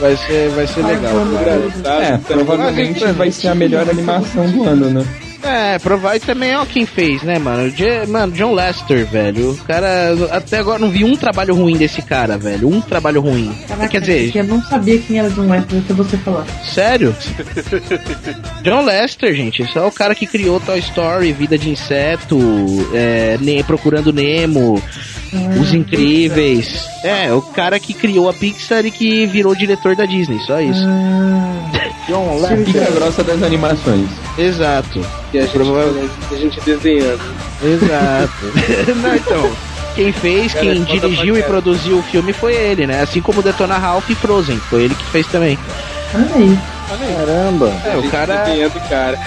Vai ser, vai ser Tá? É, provavelmente vai ser a melhor animação do ano, né? É, provar e também ó quem fez, né, mano? Je- mano, John Lester, velho. O cara. Até agora não vi um trabalho ruim desse cara, velho. Um trabalho ruim. Caraca, Quer dizer, eu não sabia quem era John Lester até você falar. Sério? John Lester, gente, esse é o cara que criou Toy Story, Vida de Inseto, é, Ne- Procurando Nemo, Os Incríveis. É, o cara que criou a Pixar e que virou diretor da Disney, só isso. John Fica grossa das animações. Exato. E a gente, a gente desenhando. Exato. Não, então, quem fez, Cara, quem é foda dirigiu pra e caralho. produziu o filme foi ele, né? Assim como Detona Ralph e Frozen, foi ele que fez também. Aí. Caramba. É, o cara... cara.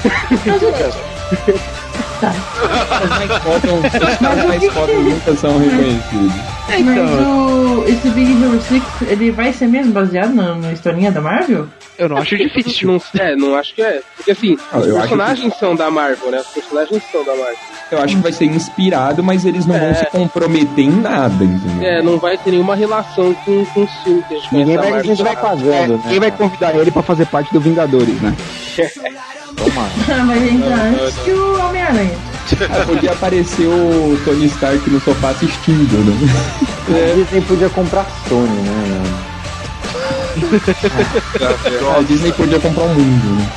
Os mais fodas- os caras mais fodas nunca são reconhecidos. Mas o, esse Big Hero 6, ele vai ser mesmo baseado na, na historinha da Marvel? Eu não acho difícil. Não, é, não acho que é. Porque assim, Ah, os eu acho personagens são da Marvel, né? Os personagens são da Marvel. Eu acho que vai ser inspirado, mas eles não vão se comprometer em nada, entendeu? É, não vai ter nenhuma relação com, com os filmes que a gente Ninguém conhece da vai, Marvel. ninguém vai, é, né? ninguém vai convidar ele pra fazer parte do Vingadores, né? É, Ah, mas ainda Não, não, antes não. que o Homem-Aranha. Aí podia aparecer o Tony Stark no sofá assistindo, né? A É. Disney podia comprar Sony, né? mano? A Disney podia comprar o mundo, né?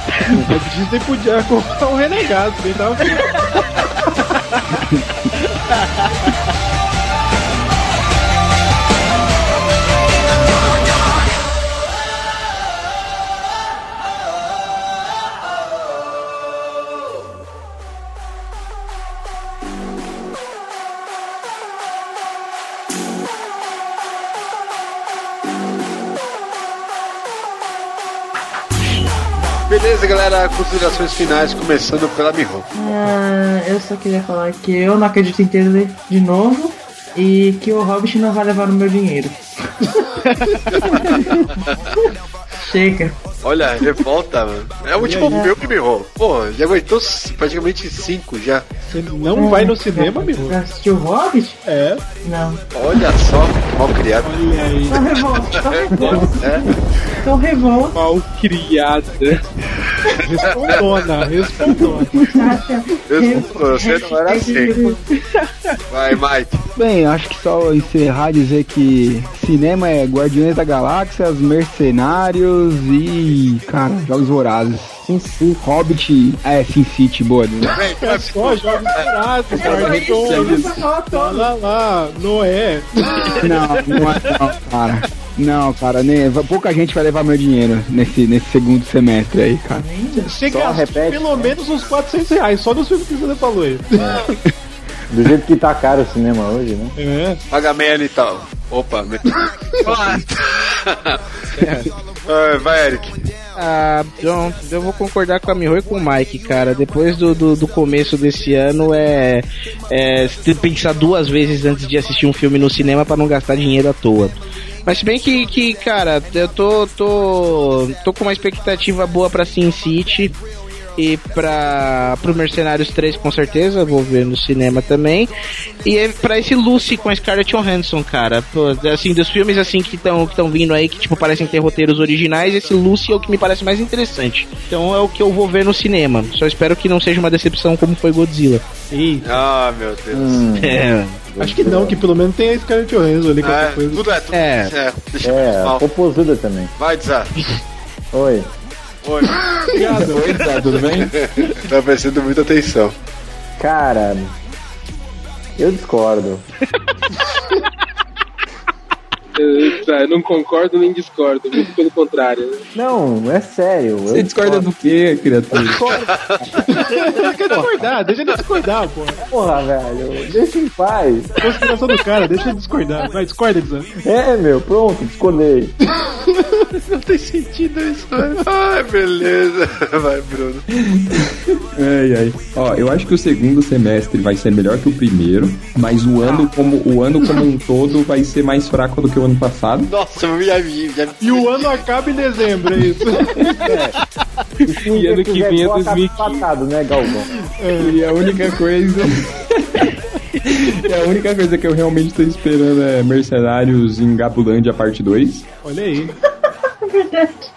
A Disney podia comprar um renegado, bem tava Beleza, galera, considerações finais, começando pela Miho. Ah, eu só queria falar que eu não acredito em Taylor de novo e que o Hobbit não vai levar o meu dinheiro. Chega. Olha, revolta, mano. É o último filme, Miho. Pô, já aguentou c- praticamente cinco já. Você não vai no cinema, amigo? Pra assistir o Hobbit? É. Não. Olha só, mal criado. Olha aí. Tô revolta, tô revolta, É. tô revolta. Mal criada. Respondona, respondona. Respondona, você não era assim. Vai, Mike. Bem, acho que só encerrar dizer que cinema é Guardiões da Galáxia, Os Mercenários e. Cara, Jogos Vorazes. Sim, sim. Hobbit. É, Sin City, boa. né? É só jogos parados, É cara. Lá, lá, Noé. Não, não, é, não, cara. Não, cara, nem, pouca gente vai levar meu dinheiro nesse, nesse segundo semestre aí, cara. Você Só gastou repete, pelo menos uns 400 reais só no filme que você falou aí. Ah. Do jeito que tá caro o cinema hoje, né? É. Paga e tal. Opa, me... Ah, Vai, Eric. Ah, John, eu vou concordar com a Miho e com o Mike, cara. Depois do, do, do começo desse ano, é, é se pensar duas vezes antes de assistir um filme no cinema pra não gastar dinheiro à toa. Mas se bem que, que cara, eu tô, tô, tô com uma expectativa boa pra Sin City e pra, pro Mercenários 3, com certeza. Vou ver no cinema também. E é pra esse Lucy com a Scarlett Johansson, cara. Pô, assim, dos filmes assim que estão que tão vindo aí, que tipo parecem ter roteiros originais, esse Lucy é o que me parece mais interessante. Então é o que eu vou ver no cinema. Só espero que não seja uma decepção como foi Godzilla. Ah, meu Deus. Hum. É. Acho que não, que pelo menos tem a Scarlett Johansson ali, qualquer É, coisa. tudo é, tudo é. é. Deixa eu É, mal. a Popozuda também. Vai, Dza. Oi. Oi. Obrigado. Oi, Dza, tudo bem? Tá prestando é, muita atenção. Cara, eu discordo. Eu, tá, eu não concordo nem discordo, muito pelo contrário. né? Não, é sério. Você discorda do quê, criatura? Deixa ele discordar, deixa ele discordar, pô. Porra, velho, deixa em paz. Consideração do cara, deixa ele discordar. Vai, discorda, Dizan. É, meu, pronto, discordei. Não tem sentido isso. né? Ai, beleza. Vai, Bruno. Ai, ai. Ó, eu acho que o segundo semestre vai ser melhor que o primeiro, mas o ano como, o ano como um todo vai ser mais fraco do que o ano passado. Nossa, eu já vi. Já... E o ano acaba em dezembro, é isso. E ano que vem é 2015. Patado, né, Galvão? É. E a única coisa. e a única coisa que eu é realmente tô esperando é Mercenários em Gabulândia parte 2. Olha aí.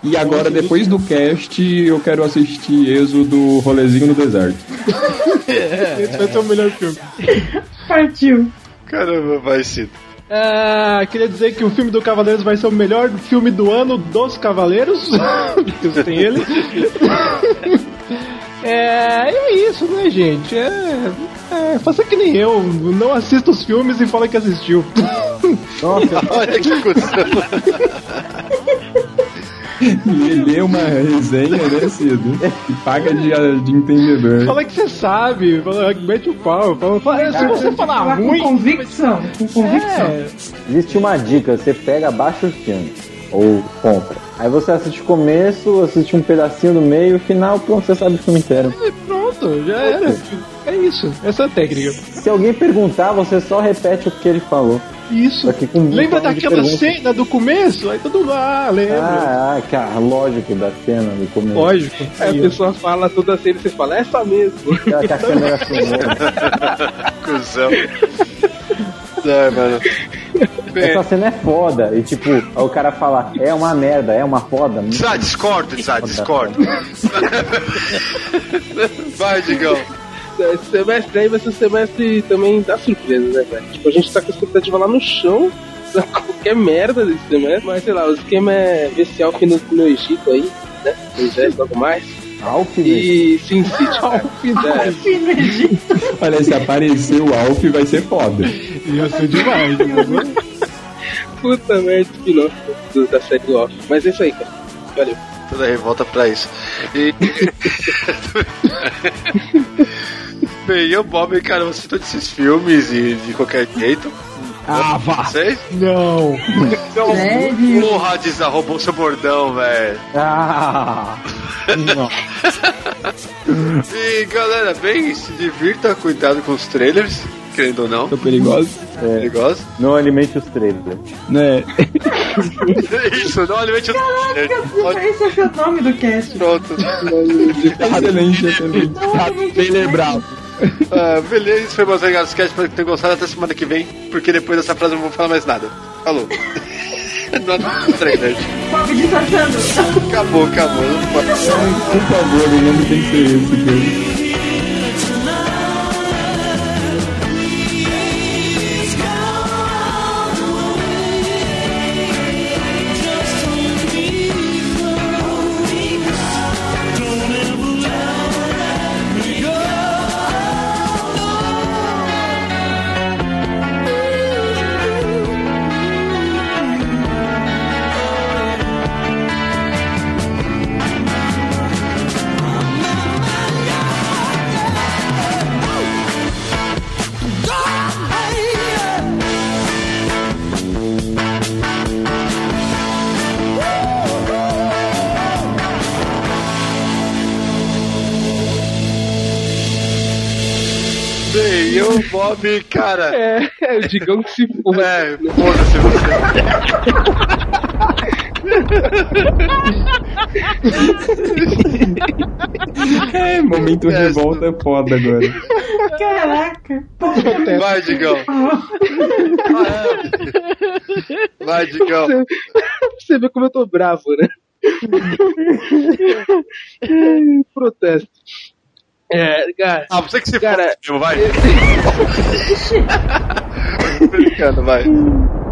E agora, depois do cast, eu quero assistir Êxodo Rolezinho no Deserto. Esse vai ser o melhor filme. Partiu. Caramba, vai ser. Ah, queria dizer que o filme do Cavaleiros vai ser o melhor filme do ano dos Cavaleiros. Porque tem ele. É, e é isso, né, gente? É, é, faça que nem eu, não assista os filmes e fala que assistiu. Olha que Lê lê uma resenha, né, Cido? E paga de, de entendedor. Fala que você sabe, fala, mete o pau. Fala, fala, é, se Cara, você falar ruim. Com convicção. Com convicção. Existe uma dica, você pega, baixa o filme. Ou compra. Aí você assiste o começo, assiste um pedacinho do meio, o final, pronto, você sabe o filme inteiro. Pronto, já era. É isso, essa é a técnica. Se alguém perguntar, você só repete o que ele falou. Isso. Lembra daquela cena do começo? Aí todo mundo, ah, lembra. Ah, ah, cara, lógico da cena do começo. Lógico. Aí É, a pessoa fala toda cena e você fala, "É essa mesmo. Que a câmera filmou. Cusão. Ai, mano. É, Essa cena é foda. E tipo, aí o cara fala, é uma merda, é uma foda. Sai, discordo, sai, discordo. Vai, Digão. Esse semestre aí vai ser um semestre também da surpresa, né, velho? Tipo, a gente tá com a expectativa lá no chão. pra Qualquer merda desse semestre, mas sei lá, o esquema é ver se Alf no, no Egito aí, né? Moisés, logo mais. Alf E Sin City. cara. É. Olha, se aparecer o Alf, vai ser foda. Isso demais, Puta merda, spin-off do- da série do Off. Mas é isso aí, cara. Valeu. Toda revolta pra isso. E... Bem, eu, Bob, cara, eu assisto todos esses filmes e de qualquer jeito. Ah, vá. Vocês? Não. Então, porra, desarrobou seu bordão, velho. Ah! E galera, bem, se divirta, cuidado com os trailers, querendo ou não. São perigosos. Perigosos. É. Não alimente os trailers. Né? Isso, não alimente os trailers. Esse é o nome do cast. Então, Pronto. Excelente, excelente. Tá bem lembrado. Ah, beleza, isso foi mais legal. Esquece pra ter gostado até semana que vem, porque depois dessa frase eu não vou falar mais nada. Falou. Não, não, trailer. Bob disfarçando. Acabou, acabou. Não pode. Por favor, o nome tem que ser esse, cara. Bem, e o Bob, cara. É, é o Digão que se foda. É, foda-se você. É, momento revolta é foda agora. Caraca. Vai, Digão. Vai, Digão. Você, você vê como eu tô bravo, né? Ai, Protesto. É, cara. Ah, você que se Cara, foda, Digão, vai. Tô brincando, vai.